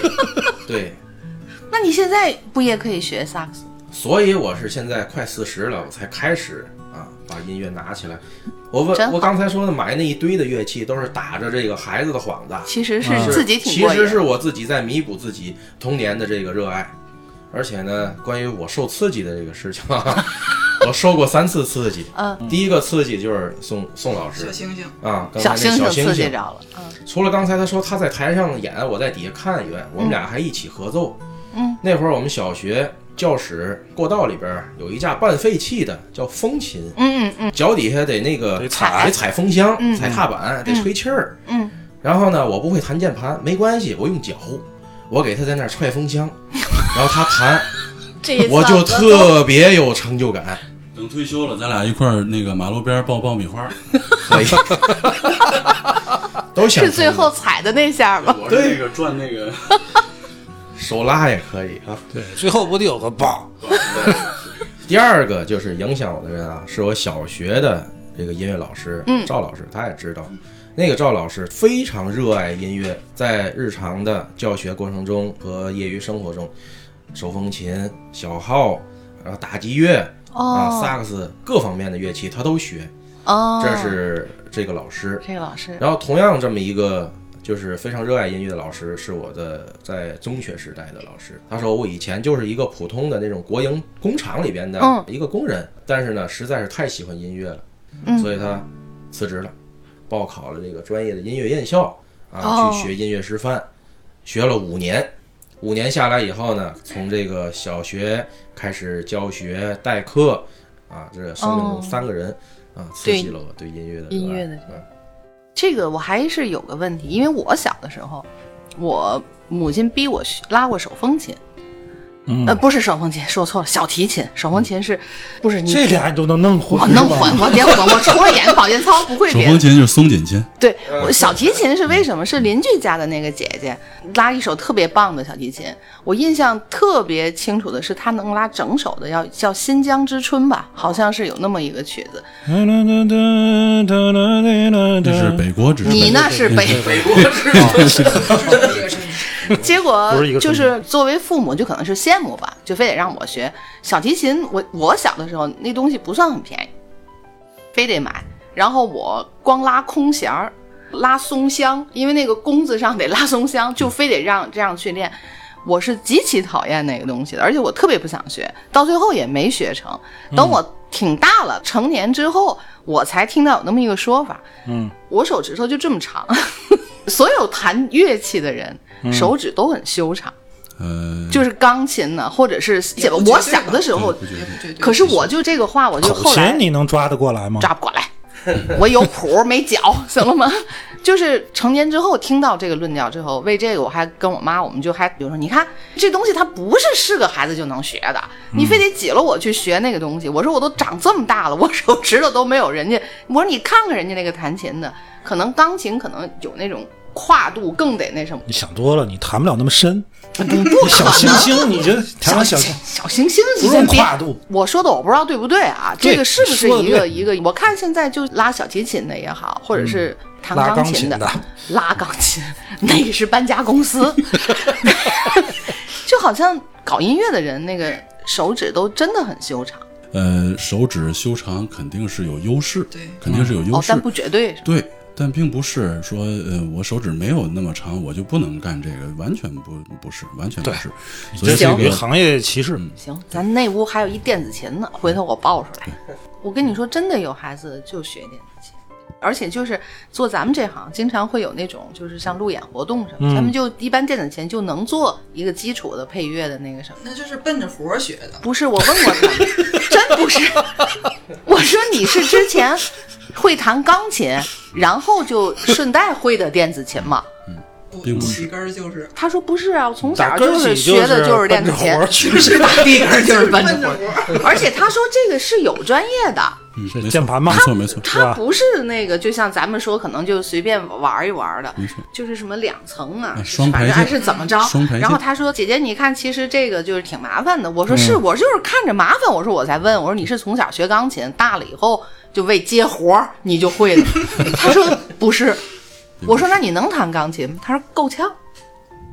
Speaker 4: 对对，
Speaker 3: 那你现在不也可以学萨克斯？
Speaker 4: 所以我是现在快四十了，我才开始啊把音乐拿起来。我问
Speaker 3: 真好
Speaker 4: 我刚才说的买那一堆的乐器，都是打着这个孩子的幌子，
Speaker 3: 其实
Speaker 1: 嗯
Speaker 3: 是自己挺
Speaker 4: 其
Speaker 3: 过瘾
Speaker 4: 实啊是我自己在弥补自己童年的这个热爱，而且呢，关于我受刺激的这个事情啊， *laughs* 我受过三次刺激。
Speaker 3: 嗯，
Speaker 4: 第一个刺激就是宋宋老师
Speaker 6: 小星星，
Speaker 4: 啊，刚才
Speaker 3: 小
Speaker 4: 那
Speaker 3: 星
Speaker 4: 小
Speaker 3: 刺
Speaker 4: 星
Speaker 3: 激
Speaker 4: 星，
Speaker 3: 着了，嗯，
Speaker 4: 除了刚才他说他在台上演，我在底下看以外，我们俩还一起合奏。
Speaker 3: 嗯，
Speaker 4: 那会儿我们小学教室过道里边儿有一架半废弃的叫风琴，
Speaker 3: 嗯嗯嗯，
Speaker 4: 脚底下得那个
Speaker 1: 得踩
Speaker 4: 得踩风箱、
Speaker 3: 嗯
Speaker 4: 踩踏板，得吹气儿。
Speaker 3: 嗯，
Speaker 4: 然后呢，我不会弹键盘，没关系，我用脚，我给他在那儿踹风
Speaker 3: *laughs*
Speaker 4: 箱，然后他弹，
Speaker 3: 这一
Speaker 4: 我
Speaker 3: 嗓
Speaker 4: 就
Speaker 3: 子都
Speaker 4: 特别有成就感。
Speaker 5: *laughs* 等退休了，咱俩一块儿那个马路边儿爆爆米花。
Speaker 4: 可以， *laughs* 都想
Speaker 3: 是最后踩的那下吗？
Speaker 5: 我
Speaker 4: 是那
Speaker 5: 个转那个，
Speaker 4: 手拉也可以啊。
Speaker 1: 对，最后不得有个棒？
Speaker 4: 第二个就是影响我的人啊，是我小学的这个音乐老师，
Speaker 3: 嗯
Speaker 4: 赵老师，他也知道，那个赵老师非常热爱音乐，在日常的教学过程中和业余生活中，手风琴、小号，然后打击乐、啊、
Speaker 3: 哦
Speaker 4: 萨克斯各方面的乐器他都学，
Speaker 3: 哦，
Speaker 4: 这是这个老师。
Speaker 3: 这个老师，
Speaker 4: 然后同样这么一个就是非常热爱音乐的老师，是我的在中学时代的老师。他说我以前就是一个普通的那种国营工厂里边的
Speaker 3: 嗯
Speaker 4: 一个工人，但是呢，实在是太喜欢音乐了，
Speaker 3: 嗯
Speaker 4: 所以他辞职了，报考了这个专业的音乐院校啊，
Speaker 3: 哦
Speaker 4: 去学音乐师范，学了五年。五年下来以后呢，从这个小学开始教学代课，啊，这生命
Speaker 3: 哦
Speaker 4: 中三个人、啊，刺
Speaker 3: 对
Speaker 4: 激了我对音乐的
Speaker 3: 音
Speaker 4: 热爱
Speaker 3: 乐的
Speaker 4: 嗯
Speaker 3: 这个我还是有个问题，因为我小的时候，我母亲逼我学拉过手风琴，
Speaker 1: 嗯
Speaker 3: 呃，不是手风琴，说错了，小提琴。手
Speaker 4: 嗯
Speaker 3: 风琴是，不是你
Speaker 1: 这俩你都能弄混？
Speaker 3: 我弄混，我别混，我除了演保健操不会
Speaker 5: 手
Speaker 3: 别
Speaker 5: 风
Speaker 3: 的。
Speaker 5: 琴就是松紧琴，
Speaker 3: 对，我小提琴是为什么？是邻居家的那个姐姐拉一首特别棒的小提琴，我印象特别清楚的是她能拉整首的，要叫《新疆之春》吧，好像是有那么一个曲子。
Speaker 5: 那是北国之
Speaker 3: 你
Speaker 5: 春。
Speaker 3: 那是北
Speaker 1: 北
Speaker 3: *laughs*
Speaker 6: 这个是
Speaker 1: *laughs*
Speaker 3: 结果
Speaker 1: 不是一个
Speaker 3: 就
Speaker 1: 村
Speaker 3: 是作为父母，就可能是羡慕吧，就非得让我学小提琴。我我小的时候那东西不算很便宜，非得买。然后我光拉空弦儿，拉松香，因为那个弓子上得拉松香，就非得让这样去练。我是极其讨厌那个东西的，而且我特别不想学，到最后也没学成。等我挺大了，成年之后，我才听到有那么一个说法，
Speaker 1: 嗯，
Speaker 3: 我手指头就这么长， *laughs* 所有弹乐器的人手指都很修长，
Speaker 5: 呃，
Speaker 3: 就是钢琴呢，或者是写吧
Speaker 6: 也不
Speaker 3: 我
Speaker 6: 绝对吧
Speaker 3: 小的时候
Speaker 5: 对，不绝
Speaker 6: 也
Speaker 5: 对
Speaker 6: 不绝对。
Speaker 3: 可是我就这个话，我就
Speaker 1: 口
Speaker 3: 后
Speaker 1: 琴
Speaker 3: 来
Speaker 1: 你能抓得过来吗？
Speaker 3: 抓不过来， *laughs* 我有谱没脚， *laughs* 行了吗？就是成年之后听到这个论调之后，为这个我还跟我妈，我们就还比如说，你看这东西它不是是个孩子就能学的，你非得挤了我去学那个东西。我说我都长这么大了，我手指头都没有人家。我说你看看人家那个弹琴的，可能钢琴可能有那种跨度更得那什么。
Speaker 1: 你想多了，你弹不了那么深。
Speaker 3: 嗯
Speaker 1: 你小星星，你这弹完小星，
Speaker 3: 小行星
Speaker 1: 不用跨度。
Speaker 3: 我说的我不知道对不对啊？
Speaker 1: 对
Speaker 3: 这个是不是
Speaker 1: 说得
Speaker 3: 一个
Speaker 1: 对
Speaker 3: 一个？我看现在就拉小提琴的也好，或者是
Speaker 1: 嗯
Speaker 3: 弹
Speaker 1: 拉
Speaker 3: 钢
Speaker 1: 钢琴
Speaker 3: 的，
Speaker 1: 的
Speaker 3: 拉钢琴那也是搬家公司， *laughs* 就好像搞音乐的人那个手指都真的很修长
Speaker 5: 呃，手指修长肯定是有优势，
Speaker 6: 对
Speaker 5: 肯定是有优
Speaker 3: 哦，
Speaker 5: 势。
Speaker 3: 但不绝对。
Speaker 5: 对，但并不是说，呃，我手指没有那么长，我就不能干这个，完全不不是，完全不是。所
Speaker 1: 这
Speaker 5: 以
Speaker 1: 属
Speaker 5: 这
Speaker 1: 于
Speaker 5: 个
Speaker 1: 行业歧
Speaker 5: 嗯
Speaker 1: 视。
Speaker 3: 行，咱那屋还有一电子琴呢，回头我抱出来。
Speaker 1: 嗯
Speaker 3: 我跟你说，真的有孩子就学电子琴，而且就是做咱们这行，经常会有那种就是像路演活动什么，
Speaker 1: 嗯
Speaker 3: 他们就一般电子琴就能做一个基础的配乐的那个什么。
Speaker 6: 那就是奔着活儿学的，
Speaker 3: 不是，我问过他们，真不是。 *laughs* 我说你是之前会弹钢琴，然后就顺带会的电子琴吗？
Speaker 6: 不
Speaker 5: 并不是
Speaker 6: 起根儿就是
Speaker 3: 他说不是啊，我从
Speaker 1: 打
Speaker 3: 小
Speaker 1: 根儿
Speaker 3: 是
Speaker 1: 起
Speaker 3: 学的
Speaker 1: 就是
Speaker 3: 电子琴
Speaker 1: *laughs* 奔着活，儿去
Speaker 3: 打地根儿就是奔
Speaker 6: 奔
Speaker 3: 着
Speaker 6: 着
Speaker 3: 活儿
Speaker 6: 活儿。
Speaker 3: 而且他说这个是有专业的，
Speaker 5: 嗯，
Speaker 1: 是
Speaker 5: 没
Speaker 1: 键
Speaker 5: 错，
Speaker 1: 盘嘛
Speaker 5: 没，错没错，
Speaker 1: 是
Speaker 3: 它
Speaker 1: 吧
Speaker 3: 不是那个，就像咱们说，可能就随便玩一玩的，
Speaker 5: 没错，
Speaker 3: 就是什么两层啊
Speaker 5: 啊，双
Speaker 3: 反
Speaker 5: 排
Speaker 3: 正
Speaker 5: 线
Speaker 3: 爱是怎么着
Speaker 5: 双排。线
Speaker 3: 然后他说：“姐姐，你看，其实这个就是挺麻烦的。”我说：“是，
Speaker 5: 嗯
Speaker 3: 我就是看着麻烦，我说我才问，我说你是从小学钢琴，大了以后就为接活儿你就会了。” *laughs* 他说：“不是。”我说：“那你能弹钢琴吗？”他说：“够呛。”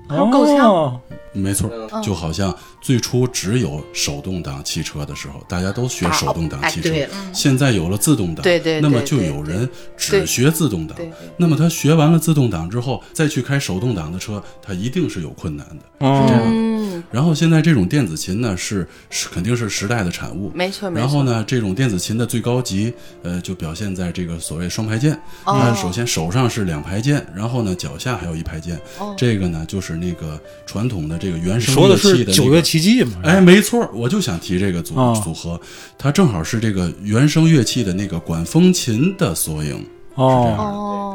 Speaker 3: 他说：“够呛。
Speaker 1: 哦
Speaker 5: 没错，
Speaker 3: 嗯
Speaker 5: 就好像最初只有手动挡汽车的时候，大家都学手动挡汽车
Speaker 3: 哎对了，
Speaker 5: 现在有了自动挡，
Speaker 3: 对对对
Speaker 5: 那么就有人只学自动挡
Speaker 3: 对对对。
Speaker 5: 那么他学完了自动挡之后，再去开手动挡的车，他一定是有困难的。
Speaker 1: 哦，
Speaker 3: 嗯，
Speaker 5: 然后现在这种电子琴呢，是是肯定是时代的产物，
Speaker 3: 没错没错。
Speaker 5: 然后呢，这种电子琴的最高级，呃，就表现在这个所谓双排键。
Speaker 3: 哦
Speaker 5: 它首先手上是两排键，然后呢脚下还有一排键。
Speaker 3: 哦
Speaker 5: 这个呢就是那个传统的这个原
Speaker 1: 你
Speaker 5: 声
Speaker 1: 说
Speaker 5: 乐
Speaker 1: 的
Speaker 5: 器
Speaker 1: 是
Speaker 5: 的、那个。
Speaker 1: 九月奇迹嘛？
Speaker 5: 哎，没错，我就想提这个组、
Speaker 1: 哦
Speaker 5: 组合，它正好是这个原声乐器的那个管风琴的缩影。
Speaker 1: 哦，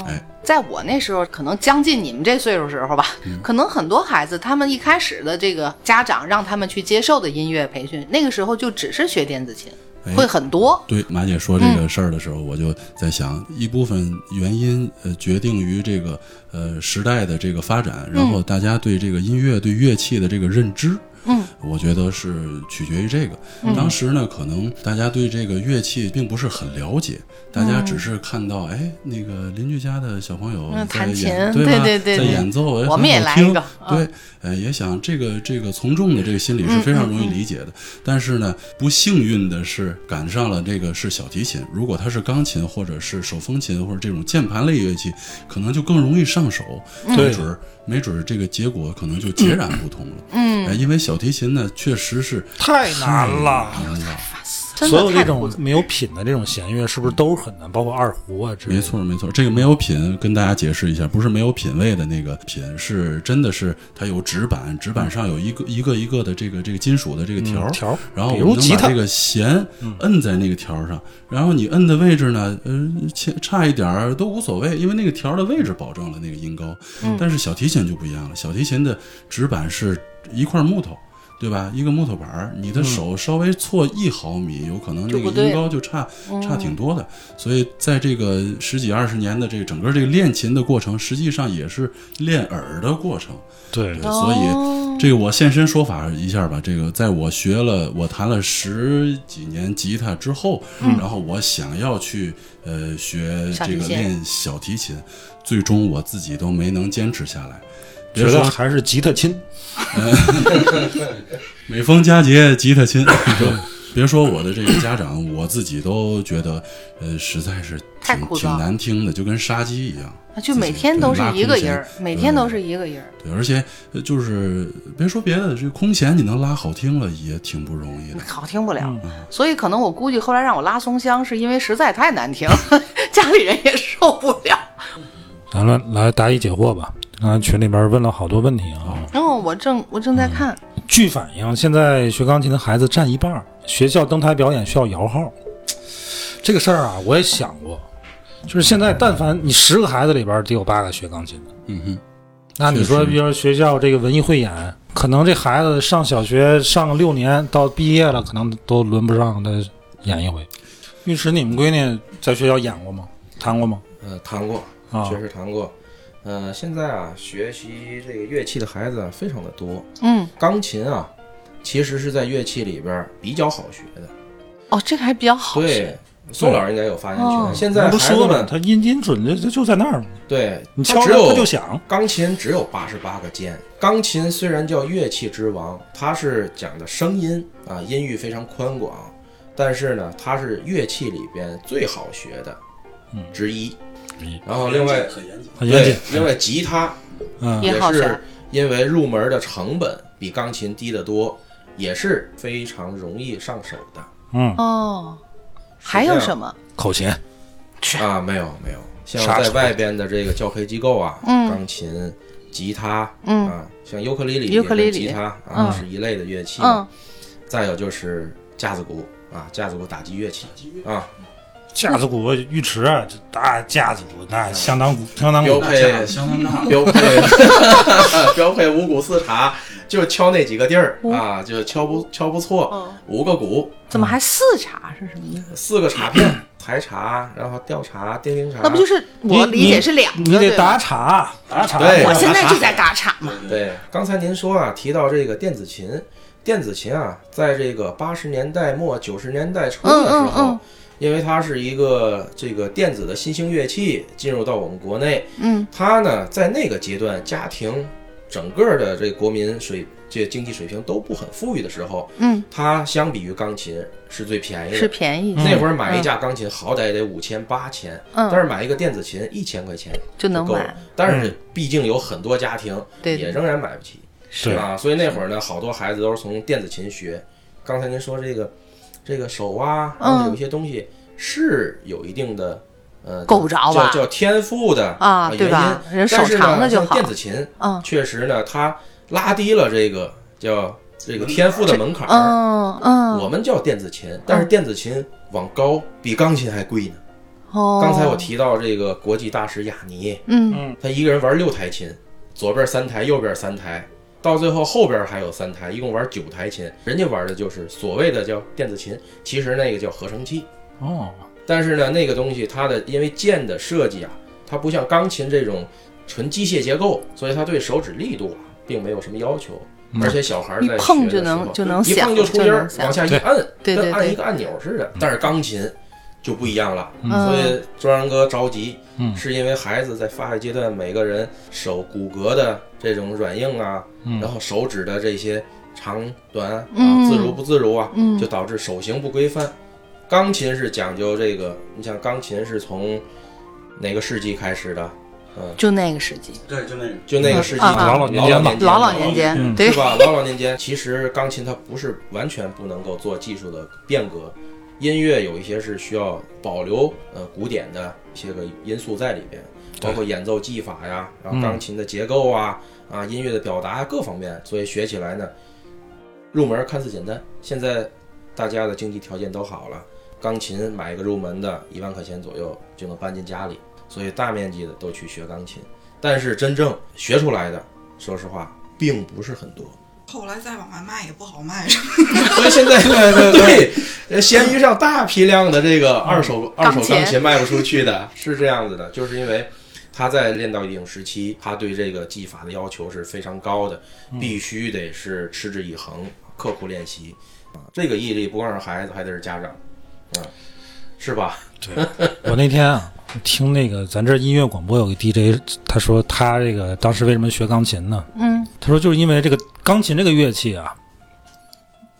Speaker 3: 哦
Speaker 5: 哎，
Speaker 3: 在我那时候，可能将近你们这岁数时候吧，可能很多孩子他们一开始的这个家长让他们去接受的音乐培训，那个时候就只是学电子琴，
Speaker 5: 哎
Speaker 3: 会很多。
Speaker 5: 对马姐说这
Speaker 3: 嗯
Speaker 5: 个事儿的时候，我就在想，一部分原因呃决定于这个呃时代的这个发展，然后大家对这个音乐、对乐器的这个认知。
Speaker 3: 嗯，
Speaker 5: 我觉得是取决于这个。当时呢，可能大家对这个乐器并不是很了解，大家只是看到，哎，那个邻居家的小朋友
Speaker 3: 嗯
Speaker 5: 在
Speaker 3: 弹琴
Speaker 5: 演，
Speaker 3: 对
Speaker 5: 吧？
Speaker 3: 对对
Speaker 5: 在
Speaker 3: 对
Speaker 5: 演奏，哎
Speaker 3: 我们也
Speaker 5: 很好
Speaker 3: 来
Speaker 5: 听
Speaker 3: 一个啊
Speaker 5: 对，呃，也想这个这个从众的这个心
Speaker 3: 嗯
Speaker 5: 理是非常容易理解的。但是呢，不幸运的是赶上了这个是小提琴，如果它是钢琴或者是手风琴或者这种键盘类乐器，可能就更容易上手，没
Speaker 1: 对
Speaker 5: 准儿没准儿这个结果可能就截然不同了。嗯、因为小提琴呢，确实是
Speaker 1: 太
Speaker 5: 哎
Speaker 1: 难了。
Speaker 5: 难了。
Speaker 3: 嗯真
Speaker 1: 所有
Speaker 3: 的
Speaker 1: 这
Speaker 3: 太
Speaker 1: 种
Speaker 3: 不
Speaker 1: 没有品的这种弦乐，是不是都很难？包括二胡啊之类
Speaker 5: 没
Speaker 1: 的。
Speaker 5: 错，没错，这个没有品，跟大家解释一下，不是没有品位的那个品，是真的是它有纸板，纸板上有一个一个一个的这个这个金属的这个条儿、
Speaker 1: 嗯条儿
Speaker 5: 然后
Speaker 1: 比
Speaker 5: 我
Speaker 1: 如
Speaker 5: 们
Speaker 1: 吉
Speaker 5: 能把
Speaker 1: 他嗯
Speaker 5: 这个弦摁在那个条儿上，然后你摁的位置呢，呃，切差一点儿都无所谓，因为那个条儿的位置保证了那个音高。
Speaker 3: 嗯
Speaker 5: 但是小提琴就不一样了，小提琴的纸板是一块木头。对吧？一个木头板儿，你
Speaker 1: 嗯
Speaker 5: 的手稍微错一毫米，有可能
Speaker 3: 就不
Speaker 5: 那个
Speaker 3: 对哦
Speaker 5: 音高就差差挺多的。所以在这个十几二十年的这个整个这个练琴的过程，实际上也是练耳的过程。
Speaker 1: 对，
Speaker 5: 所
Speaker 3: 哦
Speaker 5: 以这个我现身说法一下吧。这个在我学了我弹了十几年吉他之后，然后我想要去呃学
Speaker 3: 嗯小提
Speaker 5: 这个
Speaker 3: 琴
Speaker 5: 练小提琴，最终我自己都没能坚持下来。别
Speaker 1: 觉得
Speaker 5: 说
Speaker 1: 还是吉他亲。
Speaker 5: 每逢佳节吉他亲， *laughs* 别说我的这个家长，我自己都觉得呃实在是
Speaker 3: 太
Speaker 5: 挺
Speaker 3: 枯燥啊
Speaker 5: 挺难听的，就跟杀鸡一样。
Speaker 3: 就每天都是一个人儿
Speaker 5: 自己，对
Speaker 3: 每天都是一个人儿。
Speaker 5: 对，而且呃就是别说别的，这空弦你能拉好听了也挺不容易的。
Speaker 3: 好听不了，所以可能我估计后来让我拉松香，是因为实在太难听， *laughs* 家里人也受不了。
Speaker 1: 咱们来答疑解惑吧。刚才群里边问了好多问题啊，
Speaker 5: 嗯
Speaker 3: 然后我正我正在看，
Speaker 1: 据反映，现在学钢琴的孩子占一半儿，学校登台表演需要摇号。这个事儿啊，我也想过，就是现在但凡你十个孩子里边儿得有八个学钢琴的，
Speaker 5: 嗯哼，
Speaker 1: 那你
Speaker 5: 确
Speaker 1: 说，
Speaker 5: 实
Speaker 1: 比如说学校这个文艺汇演，可能这孩子上小学上个六年，到毕业了，可能都轮不上他演一回。玉石，你们闺女在学校演过吗？弹过吗？
Speaker 4: 呃，弹过，
Speaker 1: 啊
Speaker 4: 确实弹过。呃，现在啊，学习这个乐器的孩子啊非常的多。
Speaker 3: 嗯，
Speaker 4: 钢琴啊，其实是在乐器里边儿比较好学的。
Speaker 3: 哦，这个还比较好学。
Speaker 4: 对，宋老师应该有发言权。
Speaker 3: 哦
Speaker 4: 现在
Speaker 1: 咱不
Speaker 4: 孩子
Speaker 1: 说了，
Speaker 4: 们
Speaker 1: 他音音准就就就在那儿嘛，
Speaker 4: 对，
Speaker 1: 你
Speaker 4: 他
Speaker 1: 敲
Speaker 4: 只
Speaker 1: 着
Speaker 4: 有
Speaker 1: 它就响。
Speaker 4: 钢琴只有八十八个键。钢琴虽然叫乐器之王，它是讲的声音啊，音域非常宽广，但是呢，它是乐器里边最好学的
Speaker 1: 嗯
Speaker 4: 之一。然后另外
Speaker 1: 很严
Speaker 4: 对
Speaker 1: 谨，，
Speaker 4: 另外吉他
Speaker 1: 嗯
Speaker 3: 也好学
Speaker 4: 啊是因为入门的成本比钢琴低得多，也是非常容易上手的
Speaker 1: 嗯，
Speaker 3: 哦，还有什么？
Speaker 1: 口琴，
Speaker 4: 啊。没有没有，像
Speaker 1: 啥
Speaker 4: 在
Speaker 1: 手
Speaker 4: 外边的这个教培机构啊，
Speaker 3: 嗯
Speaker 4: 钢琴、吉他，
Speaker 3: 嗯
Speaker 4: 啊，像尤克里里、
Speaker 3: 尤克里里
Speaker 4: 吉他
Speaker 3: 嗯
Speaker 4: 啊是一类的乐器。
Speaker 3: 嗯，
Speaker 4: 再有就是架子鼓啊，架子鼓打击乐器啊，
Speaker 1: 架子鼓、浴池啊，这大架子鼓那相当鼓，相当
Speaker 4: 嗯标
Speaker 1: 鼓。
Speaker 4: 配
Speaker 5: 相当大。
Speaker 4: 啊标配 *laughs* 标配五谷四茶，就敲那几个地儿啊，就敲不敲不错
Speaker 3: 嗯，
Speaker 4: 五个鼓，
Speaker 3: 怎么还四茶是什么意思？
Speaker 4: 四个茶片， *clears throat* 台茶，然后调茶、丁丁茶，
Speaker 3: 那不就是
Speaker 1: 你
Speaker 3: 我理解是两个？
Speaker 1: 你你得
Speaker 3: 对吧
Speaker 1: 打岔，打岔。
Speaker 4: 对
Speaker 3: 我现在就在打岔嘛。
Speaker 4: 对，刚才您说啊，提到这个电子琴，电子琴啊，在这个八十年代末九十年代初的时候，
Speaker 3: 嗯嗯嗯
Speaker 4: 因为它是一个这个电子的新兴乐器进入到我们国内，
Speaker 3: 嗯，
Speaker 4: 它呢在那个阶段，家庭整个的这国民水这经济水平都不很富裕的时候，
Speaker 3: 嗯，
Speaker 4: 它相比于钢琴是最便宜的，
Speaker 3: 是便宜
Speaker 4: 哎那会儿买一架钢琴好歹得五千八千，
Speaker 3: 嗯
Speaker 4: 但是买一个电子琴一千块钱
Speaker 3: 就能
Speaker 4: 够了
Speaker 3: 买。
Speaker 4: 但是毕竟有很多家庭
Speaker 3: 对对
Speaker 4: 也仍然买不起，
Speaker 1: 是
Speaker 4: 啊，所以那会儿呢，好多孩子都是从电子琴学。刚才您说这个这个手啊，然
Speaker 3: 嗯
Speaker 4: 后有一些东西是有一定的呃
Speaker 3: 够不着吧
Speaker 4: 叫叫天赋的
Speaker 3: 啊
Speaker 4: 呃
Speaker 3: 对吧
Speaker 4: 原因
Speaker 3: 人手
Speaker 4: 但是呢
Speaker 3: 长了就
Speaker 4: 像
Speaker 3: 好
Speaker 4: 电子琴
Speaker 3: 嗯
Speaker 4: 确实呢，它拉低了这个叫这个天赋的门槛儿。
Speaker 3: 嗯嗯，
Speaker 4: 啊我们叫电子琴，但是电子琴往高比钢琴还贵呢。
Speaker 3: 哦，
Speaker 4: 刚才我提到这个国际大师雅尼，
Speaker 3: 嗯
Speaker 4: 他一个人玩六台琴，左边三台，右边三台，到最后后边还有三台，一共玩九台琴。人家玩的就是所谓的叫电子琴，其实那个叫合成器。
Speaker 1: 哦，
Speaker 4: 但是呢，那个东西它的因为键的设计啊，它不像钢琴这种纯机械结构，所以它对手指力度啊并没有什么要求。而且小孩儿在
Speaker 3: 一碰
Speaker 4: 学的
Speaker 3: 就能
Speaker 4: 时候
Speaker 3: 就能
Speaker 4: 一
Speaker 3: 响
Speaker 4: 碰就出
Speaker 3: 就
Speaker 4: 音儿
Speaker 3: 能，响
Speaker 4: 往下一摁，
Speaker 3: 对对
Speaker 4: 跟
Speaker 3: 对
Speaker 4: 按一个按钮似的。但是钢琴就不一样了，
Speaker 3: 嗯
Speaker 4: 所以周然哥着急，
Speaker 1: 嗯
Speaker 4: 是因为孩子在发育阶段，每个人手骨骼的这种软硬啊，然后手指的这些长短啊，
Speaker 3: 嗯
Speaker 4: 自如不自如啊，
Speaker 3: 嗯
Speaker 4: 就导致手型不规范。钢琴是讲究这个，你像钢琴是从哪个世纪开始的？
Speaker 3: 就那个时期，
Speaker 5: 对，就那个。
Speaker 4: 就那个世纪
Speaker 3: 嗯啊
Speaker 1: 老老年间吧
Speaker 4: 年
Speaker 3: 老老年间，
Speaker 1: 嗯
Speaker 3: 对
Speaker 4: 是，吧？老老年间，其实钢琴它不是完全不能够做技术的变革，音乐有一些是需要保留呃古典的一些个因素在里边，包括演奏技法呀，然后钢琴的结构啊、啊音乐的表达各方面，所以学起来呢，入门看似简单。现在大家的经济条件都好了，钢琴买一个入门的，一万块钱左右就能搬进家里，所以大面积的都去学钢琴。但是真正学出来的，说实话，并不是很多。
Speaker 6: 后来再往外卖也不好卖，是吧？
Speaker 4: *laughs* 所以现在对对对，呃闲鱼上大批量的这个二手二手
Speaker 3: 钢琴
Speaker 4: 钢琴卖不出去的，是这样子的，就是因为他在练到一定时期，他对这个技法的要求是非常高的，必须得是持之以恒、刻苦练习啊。这个毅力不光是孩子，还得是家长，啊，是吧？
Speaker 1: 我那天啊，听那个咱这音乐广播有个 DJ，他说他这个当时为什么学钢琴呢？
Speaker 3: 嗯，
Speaker 1: 他说就是因为这个钢琴这个乐器啊，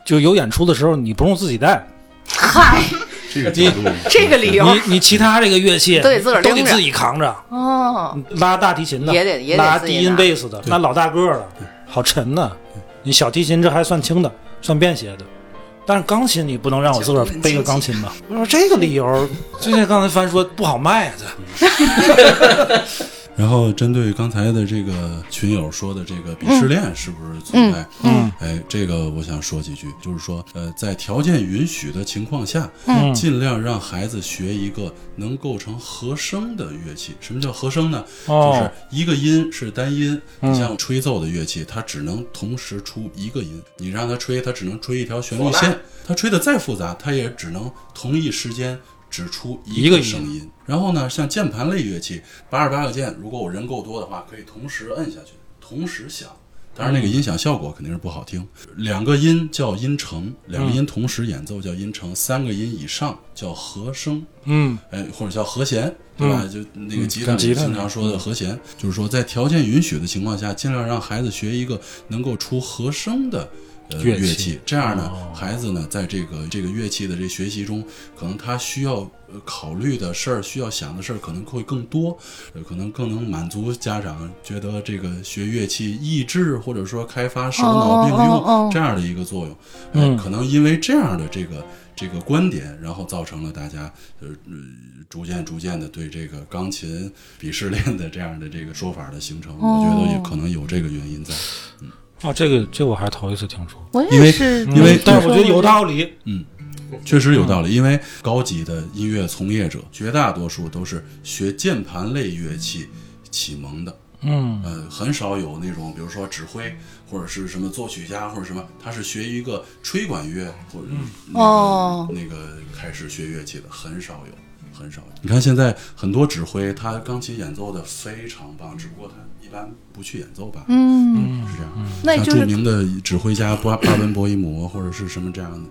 Speaker 1: 就有演出的时候你不用自己带，
Speaker 3: 嗨，
Speaker 5: 这个角度，
Speaker 3: *laughs* 这个理由
Speaker 1: 你你其他这个乐器
Speaker 3: 都得自个儿
Speaker 1: 都
Speaker 3: 拎
Speaker 1: 得
Speaker 3: 着
Speaker 1: 自己扛着，
Speaker 3: 哦，
Speaker 1: 拉大提琴的
Speaker 3: 也得也得
Speaker 1: 拉
Speaker 3: 自己
Speaker 1: 低音
Speaker 3: 拿
Speaker 1: 贝斯的，拉老大个儿的，好沉呐、你小提琴这还算轻的，算便携的。但是钢琴你不能让我自个儿背个钢琴吧？我说这个理
Speaker 3: *laughs*
Speaker 1: 由，最近刚才翻说不好卖啊，这
Speaker 5: 然后针对刚才的这个群友说的这个鄙视链是不是存在？
Speaker 1: 嗯，
Speaker 5: 哎，这个我想说几句，就是说，呃，在条件允许的情况下，嗯，尽量让孩子学一个能构成和声的乐器。什么叫和声呢？
Speaker 1: 哦
Speaker 5: 就是一个音是单音，你像吹奏的乐器，它只能同时出一个音，你让它吹，它只能吹一条旋律线，它吹的再复杂，它也只能同一时间。只出一
Speaker 1: 一个
Speaker 5: 个
Speaker 1: 音
Speaker 5: 声音，然后呢，像键盘类乐器，八十八个键，如果我人够多的话，可以同时摁下去，同时响。当然，那个音响效果肯定是不好听。两个音叫音程，两个音同时演奏叫音程，三个音以上叫和声。
Speaker 1: 嗯，
Speaker 5: 哎，或者叫和弦，对吧？就那个吉他
Speaker 1: 跟吉
Speaker 5: 里
Speaker 1: 他嗯
Speaker 5: 经常说的和弦，就是说在条件允许的情况下，尽量让孩子学一个能够出和声的。
Speaker 1: 乐
Speaker 5: 呃，
Speaker 1: 器哦
Speaker 5: 乐器这样呢，孩子呢，在这个这个乐器的这学习中，可能他需要呃考虑的事儿，需要想的事儿，可能会更多，呃可能更能满足家长觉得这个学乐器益智，或者说开发手脑并
Speaker 3: 哦哦哦
Speaker 5: 用这样的一个作用。嗯，可能因为这样的这个这个观点，然后造成了大家呃呃逐渐逐渐的对这个钢琴鄙视链的这样的这个说法的形成，我觉
Speaker 3: 哦
Speaker 5: 得也可能有这个原因在。
Speaker 1: 啊哦，这个这我还头一次听说，
Speaker 3: 我
Speaker 5: 因为
Speaker 3: 也是，
Speaker 1: 嗯
Speaker 5: 因为
Speaker 1: 但是我觉得有道理，
Speaker 5: 嗯，确实有道理，因为高级的音乐从业者绝大多数都是学键盘类乐器启蒙的，
Speaker 1: 嗯
Speaker 5: 呃，很少有那种比如说指挥或者是什么作曲家或者什么，他是学一个吹管乐或者、
Speaker 1: 嗯
Speaker 5: 那个
Speaker 3: 哦
Speaker 5: 那个开始学乐器的很少有。很少有，你看现在很多指挥，他钢琴演奏的非常棒，只不过他一般不去演奏吧，
Speaker 3: 嗯，
Speaker 5: 是这样。
Speaker 3: 那也
Speaker 5: 像
Speaker 3: 就
Speaker 5: 著
Speaker 3: 是
Speaker 5: 名的指挥家巴巴文博伊姆或者是什么这样的，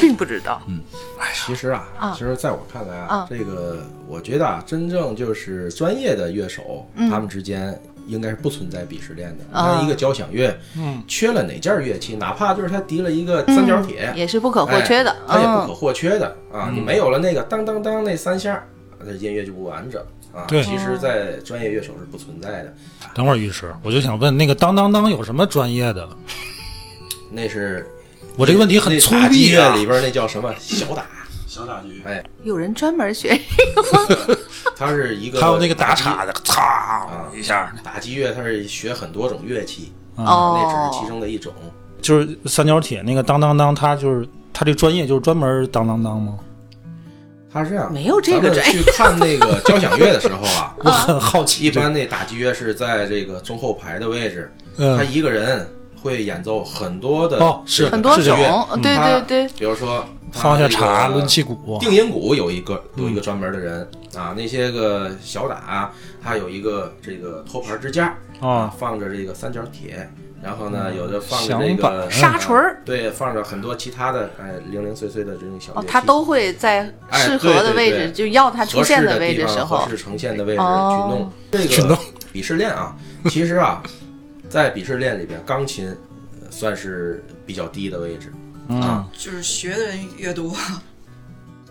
Speaker 3: 并不知
Speaker 4: 嗯
Speaker 3: 道，
Speaker 4: 其实啊，
Speaker 3: 啊
Speaker 4: 其实在我看来啊，
Speaker 3: 啊
Speaker 4: 这个我觉得啊，真正就是专业的乐手，他们之间应该是不存在鄙视链的。你
Speaker 3: 嗯啊
Speaker 4: 看一个交响乐，
Speaker 1: 嗯，
Speaker 4: 缺了哪件乐器，哪怕就是他提了一个三角铁，
Speaker 3: 嗯也是不可或缺的。
Speaker 4: 哎它也不可
Speaker 3: 嗯，
Speaker 4: 或缺的啊。你没有了那个当当当那三下，这音乐就不完整啊。
Speaker 1: 对
Speaker 4: 其实，在专业乐手是不存在的，
Speaker 1: 等会儿于师，我就想问那个当当当有什么专业的？
Speaker 4: 那是
Speaker 1: 我这个问题很
Speaker 4: 那
Speaker 1: 粗
Speaker 4: 打击
Speaker 1: 鄙
Speaker 4: 乐
Speaker 1: 啊
Speaker 4: 里！边那叫什么小打，
Speaker 5: 小打击
Speaker 4: 哎
Speaker 3: 有人专门学，
Speaker 4: 它是一个
Speaker 1: 还有那个打
Speaker 4: 击
Speaker 1: 岔的，
Speaker 4: 啊
Speaker 1: 嚓一下，
Speaker 4: 打击乐，它是学很多种乐器，
Speaker 3: *laughs* 哦
Speaker 4: 嗯那只是其中的一种。
Speaker 1: 就是三角铁那个当当当，他就是他这专业就是专门当当当吗？，
Speaker 4: 它是这样，
Speaker 3: 没有这个
Speaker 4: 咱们
Speaker 3: 专业
Speaker 4: 去看那个交响乐的时候
Speaker 3: *laughs*
Speaker 4: 啊
Speaker 1: 我很好奇
Speaker 4: *laughs* 一
Speaker 1: 这个。
Speaker 4: 般那打击乐是在这个中后排的位置，他
Speaker 1: 嗯，
Speaker 4: 一个人会演奏很多的
Speaker 1: 哦是
Speaker 4: 这个
Speaker 3: 很多
Speaker 1: 是
Speaker 4: 乐
Speaker 1: 这
Speaker 3: 种
Speaker 1: 样，
Speaker 3: 对
Speaker 4: 他
Speaker 3: 对对，
Speaker 4: 比如说
Speaker 1: 放下茶，
Speaker 4: 抡
Speaker 1: 抡起嗯鼓，啊
Speaker 4: 定音鼓有一个有一个专门的人啊，那些个小打他有一个这个托盘支架
Speaker 1: 啊，嗯
Speaker 4: 放着这个三角铁，然后呢有的放着
Speaker 1: 响
Speaker 4: 这
Speaker 1: 板嗯
Speaker 4: 个
Speaker 3: 沙锤儿，
Speaker 4: 对，放着很多其他的哎零零碎碎的这种小乐
Speaker 3: 哦，
Speaker 4: 器，
Speaker 3: 他都会在
Speaker 4: 哎
Speaker 3: 适合的
Speaker 4: 对对
Speaker 3: 位
Speaker 4: 对
Speaker 3: 置，就要他出
Speaker 4: 合适
Speaker 3: 现
Speaker 4: 的
Speaker 3: 位置
Speaker 4: 地方
Speaker 3: 时候
Speaker 4: 合，适呈现的位置去
Speaker 3: 哦
Speaker 4: 弄这
Speaker 1: 去弄
Speaker 4: 个 *laughs* 鄙视链啊。其实啊，在鄙视链里边，钢琴呃算是比较低的位置。
Speaker 1: 嗯
Speaker 6: 就是学的人越多，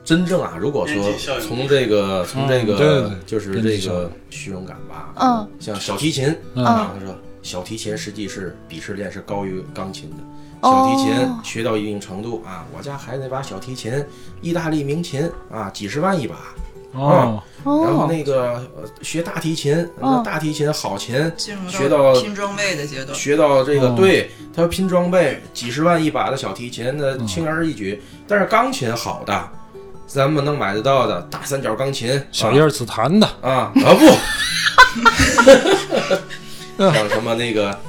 Speaker 4: 真正啊，如果说
Speaker 5: 边际效应
Speaker 4: 从这个从这
Speaker 1: 嗯对对
Speaker 4: 个
Speaker 1: 对
Speaker 4: 就是
Speaker 1: 边际
Speaker 4: 这
Speaker 1: 效应
Speaker 4: 个虚荣感吧，
Speaker 3: 嗯，
Speaker 4: 像小提琴
Speaker 1: 嗯
Speaker 4: 啊，他说小提琴实际是鄙视链是高于钢琴的。小
Speaker 3: 哦
Speaker 4: 提琴学到一定程度啊，我家孩子那把小提琴，意大利名琴啊，几十万一把，
Speaker 1: 哦，
Speaker 4: 然后
Speaker 3: 哦，
Speaker 4: 那个呃学大提琴，那大提琴好琴，
Speaker 6: 进
Speaker 4: 学
Speaker 6: 入
Speaker 4: 到
Speaker 6: 拼装备的阶段。
Speaker 4: 学到这个
Speaker 1: 哦，
Speaker 4: 对他拼装备几十万一把的小提琴，那轻而易举。但是钢琴好的，咱们能买得到的大三角钢琴，
Speaker 1: 小叶紫檀的，
Speaker 4: 啊啊不， *laughs* 像什么那个啊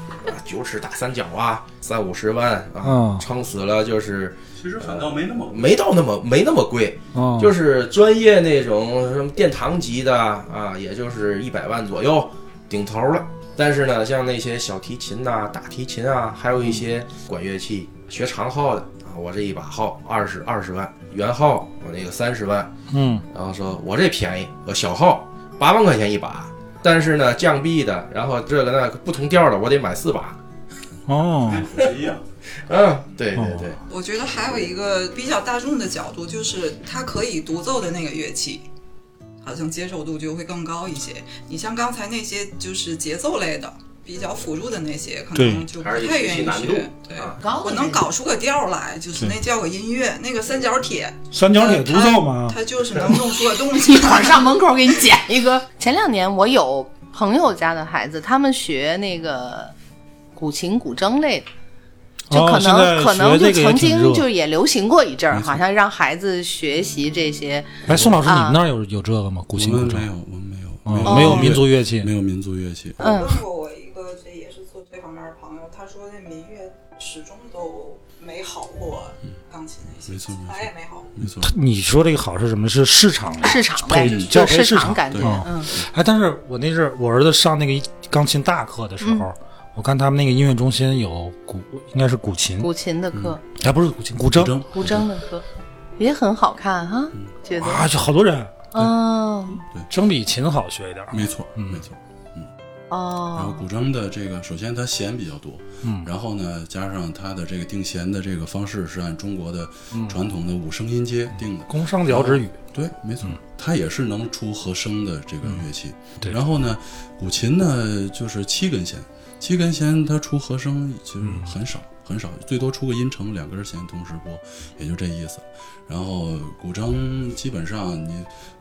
Speaker 4: 九尺大三角啊，三五十万啊
Speaker 1: 嗯，
Speaker 4: 撑死了就是
Speaker 5: 其实反倒没那么
Speaker 4: 没到那么没那么贵，
Speaker 1: 哦，
Speaker 4: 就是是专业那种什么殿堂级的啊，也就是一百万左右顶头了。但是呢，像那些小提琴呐、大提琴啊，还有一些管乐器学长号的啊，我这一把号二十二十万，圆号我那个三十万，
Speaker 1: 嗯
Speaker 4: 然后说我这便宜，我小号八万块钱一把。但是呢，降 B 的，然后这个那个不同调的，我得买四把。
Speaker 1: 哦，
Speaker 5: 不一样。
Speaker 4: 嗯，对对对，
Speaker 6: 我觉得还有一个比较大众的角度，就是它可以独奏的那个乐器，好像接受度就会更高一些。你像刚才那些就是节奏类的，比较辅助的那些，可
Speaker 1: 对
Speaker 6: 能就不
Speaker 4: 还是
Speaker 6: 太愿意
Speaker 4: 难度
Speaker 6: 学。对，
Speaker 4: 啊。
Speaker 3: 高
Speaker 6: 我能搞出个调儿来，就是那叫个音乐，那个三角铁，
Speaker 1: 三角铁独奏吗？
Speaker 3: 嗯
Speaker 6: 它就是能弄出个东
Speaker 3: *laughs*
Speaker 6: 西
Speaker 3: 一会儿
Speaker 6: 来。
Speaker 3: 上门口给你捡一个。 *laughs* 前两年我有朋友家的孩子，他们学那个古琴、古筝类的。就
Speaker 1: 哦
Speaker 3: 可
Speaker 1: 现
Speaker 3: 能、
Speaker 1: 在
Speaker 3: 可
Speaker 1: 学
Speaker 3: 能就
Speaker 1: 这个也
Speaker 3: 曾
Speaker 1: 挺
Speaker 3: 经
Speaker 1: 热
Speaker 3: 就也流行过一阵儿，
Speaker 5: 没错
Speaker 3: 好像让孩子学习这些
Speaker 1: 哎，宋老师，你
Speaker 3: 啊
Speaker 1: 们那儿有有这个吗？古
Speaker 5: 我
Speaker 1: 琴古
Speaker 5: 们
Speaker 1: 筝
Speaker 5: 没有，我们没有，
Speaker 1: 哦没有民族乐器
Speaker 5: 没有民族乐器。
Speaker 3: 嗯
Speaker 6: 问过我一个这也是做这方面的朋友，他说那民乐始终都没好过钢琴那些，
Speaker 5: 没错没错
Speaker 6: 啥也没好。
Speaker 5: 没错，
Speaker 1: 你说这个好是什么？是市场的
Speaker 3: 市场
Speaker 1: 配
Speaker 3: 呗，
Speaker 1: 比
Speaker 3: 就
Speaker 1: 教
Speaker 3: 是
Speaker 1: 培
Speaker 3: 市
Speaker 1: 市
Speaker 3: 场
Speaker 1: 场
Speaker 3: 感觉
Speaker 5: 对，
Speaker 3: 嗯，
Speaker 1: 哎，但是我那阵儿我儿子上那个钢琴大课的时候，我看他们那个音乐中心有古，应该是古琴，
Speaker 3: 古琴的课、
Speaker 1: 哎，不是古琴，古
Speaker 5: 古
Speaker 1: 筝，
Speaker 5: 筝，
Speaker 3: 古筝的课也很好看哈，觉得
Speaker 1: 啊，就好多人，
Speaker 3: 嗯
Speaker 1: 筝比琴好学一点儿。
Speaker 5: 没错，没错。然后
Speaker 3: 哦
Speaker 5: 古筝的这个，首先它弦比较多，嗯，然后呢，加上它的这个定弦的这个方式是按中国的传统的五声音阶定的，
Speaker 1: 工商脚趾语，
Speaker 5: 对，没错，它也是能出和声的这个乐器。
Speaker 1: 对
Speaker 5: 然后呢，古琴呢就是七根弦，七根弦它出和声其实很少、很少，最多出个音程，两根弦同时拨，也就这意思。然后古筝基本上你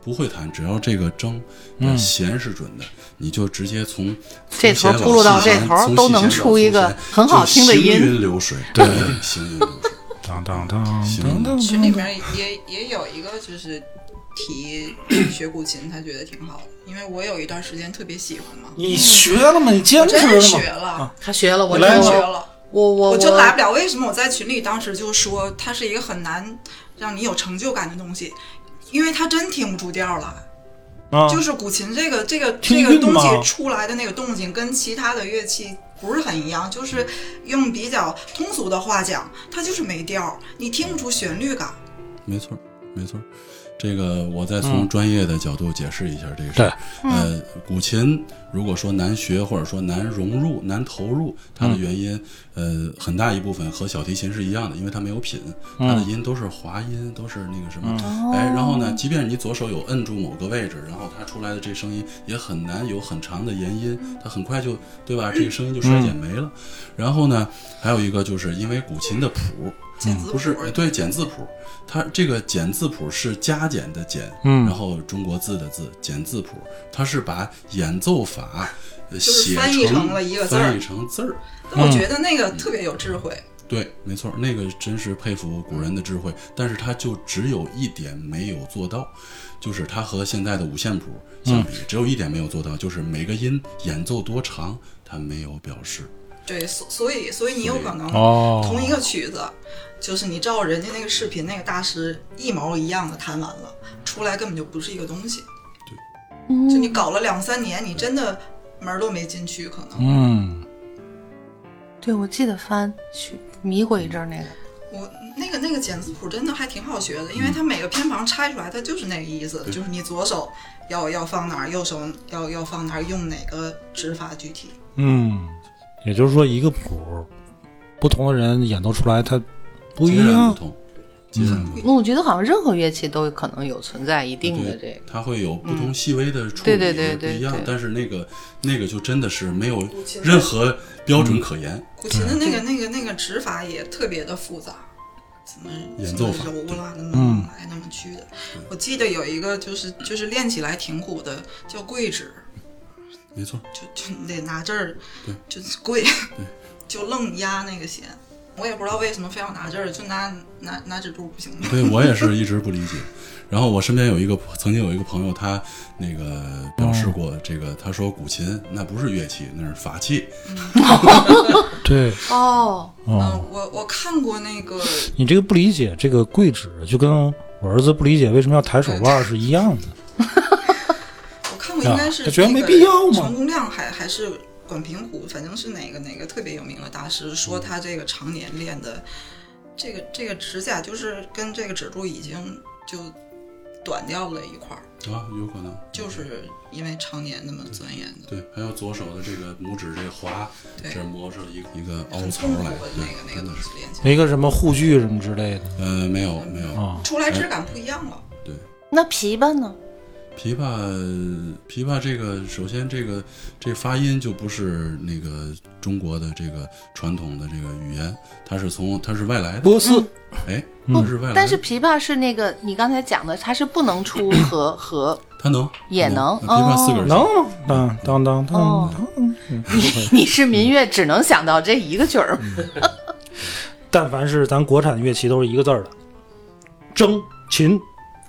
Speaker 5: 不会弹，只要这个筝的弦是准的，你就直接从
Speaker 3: 这头秃噜到这头都能出一个很好听的音
Speaker 5: 行云流水，对，行云流水。
Speaker 1: 当当当
Speaker 5: 行
Speaker 1: 当当
Speaker 6: 群里面也也有一个就是提学古琴，他觉得挺好的，因为我有一段时间特别喜欢嘛，
Speaker 1: 你学了吗？你坚
Speaker 6: 我
Speaker 1: 持
Speaker 6: 真
Speaker 1: 了
Speaker 6: 的
Speaker 1: 吗
Speaker 6: 学？了，
Speaker 3: 他学了，我
Speaker 1: 你来
Speaker 6: 真
Speaker 1: 一
Speaker 3: 就
Speaker 1: 句
Speaker 6: 学了，
Speaker 3: 我我
Speaker 6: 我就来不了。为什么我在群里当时就说它是一个很难让你有成就感的东西，因为它真听不出调来。
Speaker 1: 啊，
Speaker 6: 就是古琴这个这个
Speaker 1: 听
Speaker 6: 这
Speaker 1: 韵
Speaker 6: 个东
Speaker 1: 嘛
Speaker 6: 西出来的那个动静，跟其他的乐器不是很一样。就是用比较通俗的话讲，它就是没调儿，你听不出旋律感。
Speaker 5: 没错儿，没错儿。这个我再从
Speaker 1: 嗯
Speaker 5: 专业的角度解释一下这个事儿。呃，古琴如果说难学或者说难融入、难投入，它的
Speaker 1: 嗯
Speaker 5: 原因，呃，很大一部分和小提琴是一样的，因为它没有品，它
Speaker 1: 嗯
Speaker 5: 的音都是滑音，都是那个什么。哎，然后呢，即便你左手有摁住某个位置，然后它出来的这声音也很难有很长的延音，它很快就对吧？这个声音就衰
Speaker 1: 嗯
Speaker 5: 减没了。然后呢，还有一个就是因为古琴的谱。
Speaker 6: 简子
Speaker 5: 不是
Speaker 6: 谱儿
Speaker 5: 对简字谱，它这个简字谱是加减的减，
Speaker 1: 嗯
Speaker 5: 然后中国字的字简字谱，它是把演奏法呃
Speaker 6: 是
Speaker 5: 写
Speaker 6: 翻译成了一个字儿
Speaker 5: 翻译成字儿。
Speaker 6: 但我觉得那个特别有智慧，
Speaker 5: 对，没错，那个真是佩服古人的智慧，但是他就只有一点没有做到，就是他和现在的五线谱
Speaker 6: 嗯
Speaker 5: 相比，只有一点没有做到，就是每个音演奏多长，他没有表示。
Speaker 6: 对，所所以所以你有可能
Speaker 1: 哦
Speaker 6: 同一个曲子，就是你照人家那个视频那个大师一毛一样的弹完了，出来根本就不是一个东西。
Speaker 3: 嗯
Speaker 6: 对，就你搞了两三年，你真的门儿都没进去，可能。
Speaker 1: 嗯，
Speaker 3: 对，我记得翻去迷过一阵儿那个。
Speaker 6: 我那个那个简字谱真的还挺好学的，因为它每个偏旁拆出来，它就是那个意思，就是你左手要要放哪儿，右手要要放哪儿，用哪个指法具体。
Speaker 1: 嗯，也就是说，一个谱，不同的人演奏出来，它不
Speaker 5: 截
Speaker 1: 一
Speaker 5: 然不
Speaker 1: 样。
Speaker 5: 同，截然不同。
Speaker 3: 我觉得好像任何乐器都可能有存在一定的这
Speaker 5: 对
Speaker 3: 个，
Speaker 5: 它会有不同细微的
Speaker 3: 嗯
Speaker 5: 处理，
Speaker 3: 对对对对
Speaker 5: 不一样
Speaker 3: 对。
Speaker 5: 但是那个那个就真的是没有任何标准可言，
Speaker 6: 古琴的那
Speaker 5: 嗯
Speaker 6: 个那个那个指法也特别的复杂，怎么
Speaker 5: 演
Speaker 6: 怎
Speaker 5: 奏
Speaker 6: 么
Speaker 5: 法
Speaker 6: 揉啦，那
Speaker 1: 嗯
Speaker 6: 么来那么去的。我记得有一个就是就是练起来挺苦的，叫跪指，
Speaker 5: 没错。
Speaker 6: 就就你得拿这儿
Speaker 5: 对，
Speaker 6: 就是跪，就愣压那个弦。我也不知道为什么非要拿这儿，就拿拿拿指肚不行吗？
Speaker 5: 对我也是一直不理解。然后我身边有一个曾经有一个朋友，他那个表示过这个，他说古琴那不是乐器，那是法器。
Speaker 1: 对，
Speaker 3: 哦，
Speaker 1: 哦，
Speaker 6: 嗯，我我看过那个，
Speaker 1: 你这个不理解，这个跪指就跟我儿子不理解为什么要抬手腕是一样的。
Speaker 6: 我看过应该
Speaker 1: 啊
Speaker 6: 是
Speaker 1: 他觉得
Speaker 6: 那
Speaker 1: 没
Speaker 6: 个
Speaker 1: 必要嘛
Speaker 6: 陈公亮还还是管平湖，反正是哪个哪个特别有名的大师
Speaker 1: 嗯
Speaker 6: 说他这个常年练的，这个这个指甲就是跟这个指肚已经就短掉了一块儿，
Speaker 5: 啊，有可能
Speaker 6: 就是因为常年那么
Speaker 1: 嗯
Speaker 6: 钻研的，
Speaker 5: 对，还有左手的这个拇指这个划，
Speaker 6: 对
Speaker 5: 这磨出了一个一个凹
Speaker 6: 很
Speaker 5: 槽
Speaker 6: 痛苦
Speaker 5: 来
Speaker 6: 的，那
Speaker 5: 对
Speaker 6: 个，那个
Speaker 5: 真的
Speaker 6: 东
Speaker 5: 是
Speaker 6: 西练起来，
Speaker 1: 一个什么护具什么之类的
Speaker 5: 呃，没有没有，
Speaker 1: 啊，
Speaker 6: 出来质感不一样了。
Speaker 5: 对，
Speaker 3: 那琵琶呢？
Speaker 5: 琵琶，琵琶这个首先这个这发音就不是那个中国的这个传统的这个语言，它是从它是外来的，
Speaker 1: 波斯
Speaker 5: 哎，它是外
Speaker 3: 嗯
Speaker 5: 来的，
Speaker 3: 但是琵琶是那个你刚才讲的，它是不能出和和，
Speaker 5: 它能
Speaker 3: 也
Speaker 5: 能，
Speaker 3: 能
Speaker 5: 琵琶四个人
Speaker 1: 嗯能吗？当当当当
Speaker 3: 哦
Speaker 1: 当。
Speaker 3: 你是民乐只能想到这一个曲儿。
Speaker 1: 但凡是咱国产乐器，都是一个字儿的，筝、琴。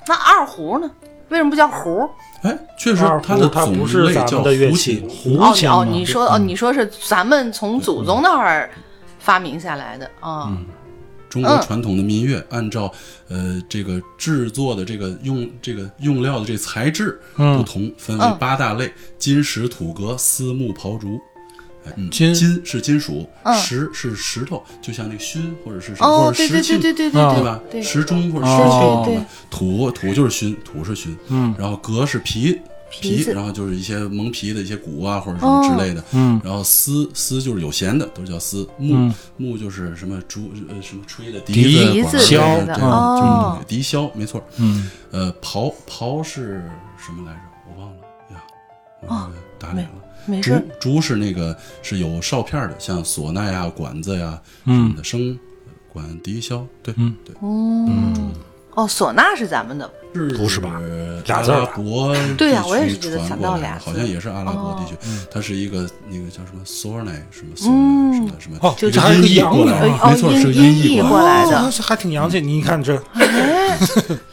Speaker 3: 那二胡呢？为什么不叫胡？
Speaker 5: 哎，确实
Speaker 1: 二
Speaker 5: 它
Speaker 1: 胡
Speaker 5: 的
Speaker 1: 它
Speaker 5: 种
Speaker 1: 不是
Speaker 5: 类
Speaker 1: 咱
Speaker 5: 叫
Speaker 1: 们的乐
Speaker 5: 胡
Speaker 1: 器，
Speaker 5: 琴
Speaker 1: 胡
Speaker 3: 哦
Speaker 1: 琴嘛
Speaker 3: 哦，
Speaker 1: 嗯
Speaker 3: 你说哦，你说是咱们从祖宗那儿发明下来的啊？
Speaker 5: 中国传统的民乐，按照呃这个制作的这个用这个用料的这材质
Speaker 1: 嗯
Speaker 5: 不同，分为
Speaker 3: 嗯
Speaker 5: 八大类：金、石、土、革、丝、木、刨、竹。哎嗯
Speaker 1: 金
Speaker 5: 金是金属，
Speaker 3: 嗯
Speaker 5: 石是石头，就像那个熏或者是什么，
Speaker 3: 哦
Speaker 5: 或，者
Speaker 3: 对
Speaker 5: 石
Speaker 3: 对对
Speaker 5: 磬，
Speaker 3: 对对
Speaker 1: 啊
Speaker 5: 对
Speaker 3: 对
Speaker 5: 吧？
Speaker 3: 对，
Speaker 5: 石钟或者石
Speaker 1: 哦
Speaker 5: 磬，
Speaker 3: 对
Speaker 5: 对
Speaker 3: 对
Speaker 5: 吧？土土就是熏，土是熏，
Speaker 1: 嗯
Speaker 5: 然后革是皮。
Speaker 3: 皮
Speaker 5: 皮，
Speaker 3: 子哦
Speaker 5: 然后就是一些蒙皮的一些鼓啊，或者什么之类的。
Speaker 1: 嗯
Speaker 5: 然后丝丝就是有弦的，都叫丝。木、
Speaker 1: 嗯
Speaker 5: 木就是什么竹呃什么吹的
Speaker 1: 笛
Speaker 5: 子、
Speaker 1: 笛
Speaker 5: 管
Speaker 1: 子
Speaker 5: 儿
Speaker 1: 箫
Speaker 5: 这
Speaker 1: 嗯
Speaker 5: 样就是那
Speaker 3: 哦
Speaker 5: 个笛箫，没错。
Speaker 1: 嗯，
Speaker 5: 呃，刨刨是什么来着？我忘了哎呀，我那个打脸了。
Speaker 3: 没事
Speaker 5: 竹
Speaker 3: 儿。
Speaker 5: 竹是那个是有哨片儿的，像唢呐呀、管子呀什
Speaker 1: 嗯
Speaker 5: 呃么的，笙、管、笛、箫，对，
Speaker 1: 嗯
Speaker 5: 对，
Speaker 3: 嗯，哦，唢呐是咱们的，
Speaker 1: 不是吧？俩
Speaker 5: 阿
Speaker 1: 字儿
Speaker 5: 拉
Speaker 1: 吧
Speaker 5: 伯地区
Speaker 3: 对呀我也是觉得
Speaker 5: 传
Speaker 3: 想
Speaker 5: 过
Speaker 3: 到
Speaker 5: 来的
Speaker 3: 俩字
Speaker 5: 好像也是阿拉伯地区
Speaker 3: 哦，
Speaker 5: 它是一个那个叫什么 Sorne 什么 Sorne
Speaker 3: 嗯
Speaker 5: 什么什么，
Speaker 1: 哦，
Speaker 3: 就
Speaker 1: 这
Speaker 5: 是
Speaker 1: 还是
Speaker 5: 音
Speaker 1: 个
Speaker 5: 译
Speaker 1: 洋
Speaker 5: 过
Speaker 1: 的
Speaker 5: 来
Speaker 1: 啊。
Speaker 5: 啊，
Speaker 3: 哦
Speaker 5: 没错，
Speaker 3: 音
Speaker 5: 是
Speaker 3: 音
Speaker 5: 译
Speaker 3: 译
Speaker 5: 过
Speaker 3: 过来的
Speaker 1: 哦，还挺洋气。你看这，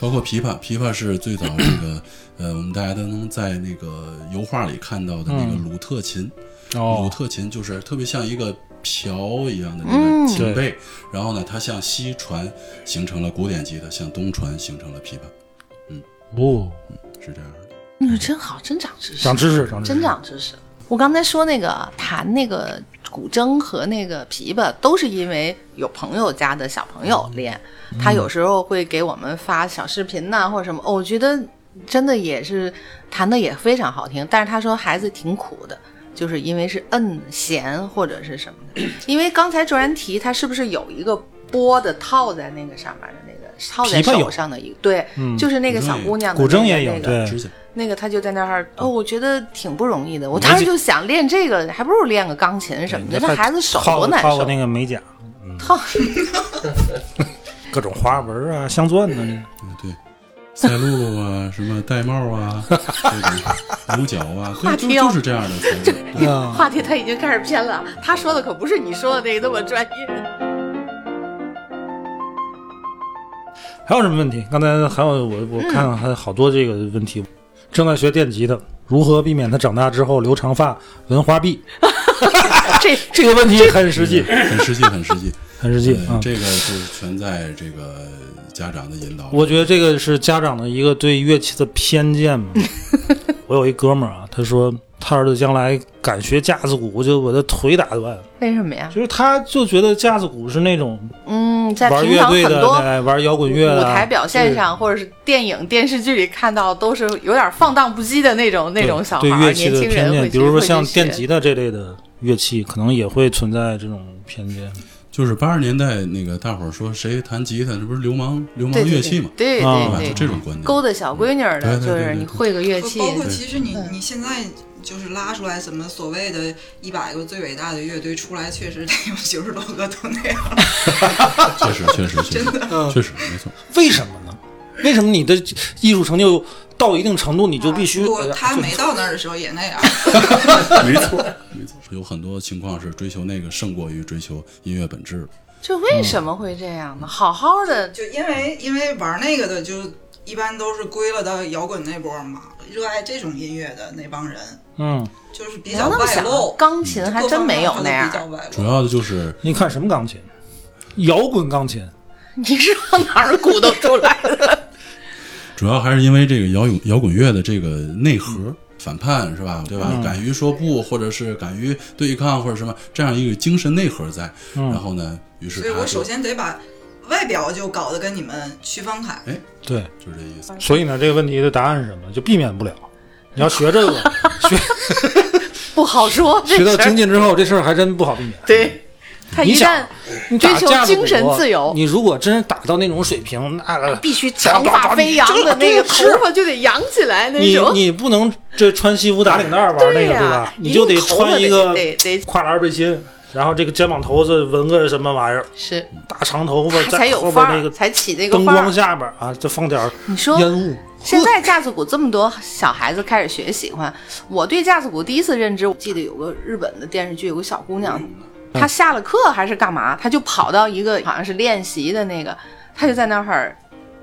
Speaker 5: 包括琵琶，琵琶是最早这个，呃，我们大家都能在那个油画里看到的那个鲁特琴，鲁
Speaker 1: 哦，
Speaker 5: 特琴就是特别像一个瓢一样的那
Speaker 3: 嗯
Speaker 5: 个琴背，然后呢，它向西传形成了古典吉他，向东传形成了琵琶，
Speaker 1: 不，
Speaker 5: 是这样的。
Speaker 3: 你说嗯真好，真长知识，
Speaker 1: 长知识，长知识，
Speaker 3: 真啊长知识。我刚才说那个弹那个古筝和那个琵琶，都是因为有朋友家的小朋友练，
Speaker 1: 嗯
Speaker 3: 他有时候会给我们发小视频呐、或者什么。哦我觉得真的也是弹的也非常好听，但是他说孩子挺苦的，就是因为是摁弦或者是什么
Speaker 1: *clears throat*
Speaker 3: 的。因为刚才卓然提他是不是有一个拨的套在那个上面的那个套
Speaker 1: 琵
Speaker 3: 在
Speaker 1: 琶有嗯
Speaker 3: 手上的一个，对，就是那个小姑娘的
Speaker 1: 古筝
Speaker 3: 那个
Speaker 1: 也有
Speaker 3: 那个
Speaker 1: 对
Speaker 5: 指甲
Speaker 3: 那个他就在那儿哦，我觉得挺不容易的。我当时就想练这个，还不如练个钢琴什么的。这孩子手
Speaker 1: 套
Speaker 3: 多难
Speaker 1: 套
Speaker 3: 受
Speaker 1: 个，那个美甲，
Speaker 3: 套
Speaker 1: 各种花纹啊、镶钻呢。
Speaker 5: 嗯对，赛璐璐啊，什么戴帽啊，这种五角啊，对，就
Speaker 3: 挑
Speaker 5: 就是这样的词汇。对
Speaker 1: 嗯
Speaker 3: *laughs* 话题他已经开始偏了。他说的可不是你说的那个那么专业。
Speaker 1: 还有什么问题？刚才还有我我看还有好多这个问题，正在学电吉的，如何避免他长大之后留长发、纹花臂？
Speaker 3: *laughs* 这
Speaker 1: 这个问题很实际，
Speaker 5: 很实际，很实际，
Speaker 1: 很实际
Speaker 5: 嗯
Speaker 1: 啊。
Speaker 5: 这个就是全在这个家长的引导。
Speaker 1: 我觉得这个是家长的一个对乐器的偏见 *laughs* 嘛。我有一哥们儿啊，他说他儿子将来敢学架子鼓，就把他腿打断。
Speaker 3: 为什么呀？
Speaker 1: 就是他就觉得架子鼓是那种
Speaker 3: 嗯，在
Speaker 1: 玩
Speaker 3: 平
Speaker 1: 乐
Speaker 3: 常
Speaker 1: 队
Speaker 3: 很
Speaker 1: 的，
Speaker 3: 多
Speaker 1: 哎玩摇滚乐
Speaker 3: 舞
Speaker 1: 的
Speaker 3: 台表现上，或者是电影、电视剧里看到，都是有点放荡不羁的那种那种小孩
Speaker 1: 对
Speaker 3: 儿、
Speaker 1: 乐
Speaker 3: 年
Speaker 1: 器的
Speaker 3: 轻
Speaker 1: 偏
Speaker 3: 人会
Speaker 1: 见，
Speaker 3: 去
Speaker 1: 比如说像
Speaker 3: 会去学
Speaker 1: 电吉他这类的乐器，可能也会存在这种偏见。
Speaker 5: 就是八十年代那个大伙儿说谁弹吉他，这不是流氓流
Speaker 3: 对
Speaker 5: 氓
Speaker 3: 对
Speaker 5: 乐器嘛？
Speaker 3: 对
Speaker 1: 啊
Speaker 5: 吧？
Speaker 3: 对
Speaker 5: 就
Speaker 3: 对，
Speaker 5: 这种观
Speaker 3: 勾
Speaker 5: 点。
Speaker 3: 搭小闺女儿的，
Speaker 5: 对对对
Speaker 3: 就是
Speaker 5: 对
Speaker 3: 你
Speaker 5: 对
Speaker 3: 会个乐
Speaker 6: 包
Speaker 3: 器，
Speaker 6: 包括其实你你现在就是拉出来什么所谓的一百个最伟大的乐队出来，确实得有九十多个都那样。
Speaker 5: 确实，
Speaker 3: *laughs*
Speaker 5: 确实，确实，
Speaker 1: 嗯
Speaker 5: 确实没错。
Speaker 1: 为什么呢？为什么你的艺术成就到一定程度，你就必须、
Speaker 6: 如果
Speaker 1: 哎呀
Speaker 6: 他
Speaker 1: 就
Speaker 6: 没到那儿的时候也那样。
Speaker 5: 没错，没错。有很多情况是追求那个胜过于追求音乐本质。
Speaker 3: 这为什么会这样呢？好好的，
Speaker 6: 就因为因为玩那个的，就一般都是归了到摇滚那波嘛，热爱这种音乐的那帮人，
Speaker 1: 嗯？
Speaker 6: 就是比
Speaker 3: 你
Speaker 6: 较
Speaker 3: 要那么
Speaker 6: 外
Speaker 3: 想啊
Speaker 6: 露，，嗯
Speaker 3: 钢琴还真没有那
Speaker 6: 各
Speaker 3: 样。
Speaker 6: 方面都比较
Speaker 5: 主
Speaker 6: 外露。
Speaker 5: 要的就是
Speaker 1: 你看什么钢琴？摇滚钢琴，
Speaker 3: 你是往哪儿鼓捣出来的？
Speaker 5: 主要还是因为这个摇滚摇滚乐的这个内核。反叛是吧？对吧？敢于说不，或者是敢于对抗，或者什么这样一个精神内核在。然后呢，于是
Speaker 6: 所以
Speaker 5: 他
Speaker 6: 我
Speaker 5: 就
Speaker 6: 首先得把外表就搞得跟你们区分开。
Speaker 5: 哎
Speaker 1: 对。
Speaker 5: 就是这意思。
Speaker 1: 所以呢，这个问题的答案是什么？就避免不了。你要学这个，学
Speaker 3: 不好说，这
Speaker 1: 学到
Speaker 3: 事儿
Speaker 1: 精进之后，这事儿还真不好避免。
Speaker 3: 对。他
Speaker 1: 你
Speaker 3: 一旦
Speaker 1: 想，你打
Speaker 3: 追求
Speaker 1: 架子
Speaker 3: 精神
Speaker 1: 鼓
Speaker 3: 自由
Speaker 1: 你如果真是打到那种水平，那
Speaker 3: 必须长发飞扬的那个头发就得扬起来那
Speaker 1: 你
Speaker 3: 种，
Speaker 1: 你不能这穿西服打领带玩那个
Speaker 3: 对呀
Speaker 1: 吧？
Speaker 3: 一
Speaker 1: 你就得
Speaker 3: 定头发
Speaker 1: 穿一
Speaker 3: 得
Speaker 1: 个
Speaker 3: 得得
Speaker 1: 跨栏背心，然后这个肩膀头子纹个什么玩意儿，
Speaker 3: 是
Speaker 1: 大长头发
Speaker 3: 他才
Speaker 1: 在
Speaker 3: 有
Speaker 1: 后
Speaker 3: 范
Speaker 1: 边那
Speaker 3: 儿，
Speaker 1: 个
Speaker 3: 才起那个
Speaker 1: 灯
Speaker 3: 范
Speaker 1: 光
Speaker 3: 儿。
Speaker 1: 下边啊，再放点儿
Speaker 3: 你说
Speaker 1: 烟雾。
Speaker 3: 现在架子鼓这么多小孩子开始学喜欢，我对架子鼓第一次认知，我记得有个日本的电视剧，有个小姑娘，嗯她下了课还是干嘛，她就跑到一个好像是练习的那个，她就在那儿，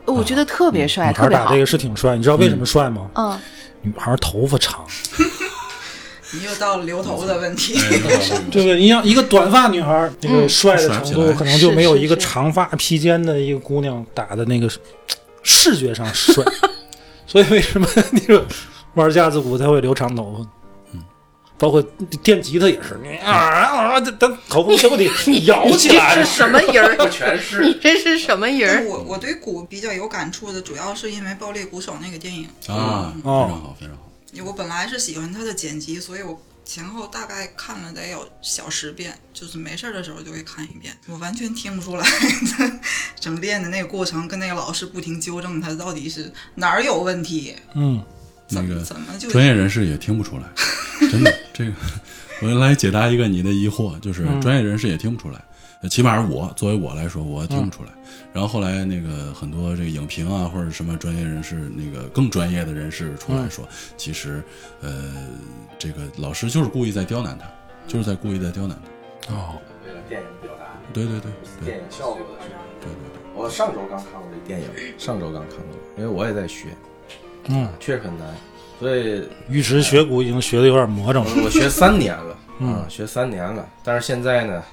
Speaker 3: 我觉得特别帅，
Speaker 1: 女
Speaker 3: 特
Speaker 1: 孩
Speaker 3: 别
Speaker 1: 打
Speaker 3: 好
Speaker 1: 这。个是挺帅，你知道为什么帅吗？
Speaker 3: 嗯，
Speaker 1: 女孩头发
Speaker 3: *laughs*
Speaker 1: 长，
Speaker 6: 你又到了留头的问题，
Speaker 1: 对不对？你像一个短发女孩，那个帅的程
Speaker 5: 帅不起
Speaker 1: 度
Speaker 5: 来
Speaker 1: 可能就是没有
Speaker 3: 嗯是
Speaker 1: 一个
Speaker 3: 是
Speaker 1: 长发披肩的一个姑娘打的那个视觉上
Speaker 3: *laughs*
Speaker 1: 帅。所以为什么那个玩架子鼓才会留长头发？包括电吉他也是，你啊啊，这这头发就得摇
Speaker 3: *laughs* 你
Speaker 1: 起来
Speaker 3: 这是。什么人儿？
Speaker 7: 全是
Speaker 3: *laughs*
Speaker 6: *laughs*
Speaker 3: 你这是什么人
Speaker 6: 但
Speaker 5: 哎
Speaker 3: 儿？
Speaker 6: *laughs* 我我对鼓比较有感触的，主要是因为《暴力鼓手》那个电影，
Speaker 5: 啊，非
Speaker 1: 哦
Speaker 5: 常好，非常好。
Speaker 6: 我本来是喜欢他的剪辑，所以我前后大概看了得有小十遍，就是没事儿的时候就会看一遍。我完全听不出来 *laughs* 他整练的那个过程，跟那个老师不停纠正他到底是哪儿有问题，
Speaker 1: 嗯，
Speaker 6: 怎
Speaker 5: 那个
Speaker 6: 么怎么就
Speaker 5: 专业人士也听不出来，真的。这个，我来解答一个你的疑惑，就是专业人士也听不出来。呃起码我作为我来说，我听不出来。然后后来那个很多这个影评啊，或者什么专业人士，那个更专业的人士出来说，其实呃，这个老师就是故意在刁难他，就是在故意在刁难他。
Speaker 1: 哦，
Speaker 7: 为了电影表达，
Speaker 5: 对对对对
Speaker 7: 电影效果的事情。我上周刚看过这电影，
Speaker 4: 上周刚看过，因为我也在学，
Speaker 1: 嗯，
Speaker 4: 确实很难，所以
Speaker 1: 尉迟学古已经学的有点魔怔了。
Speaker 4: 我学三年了，啊，学三年了，但是现在呢，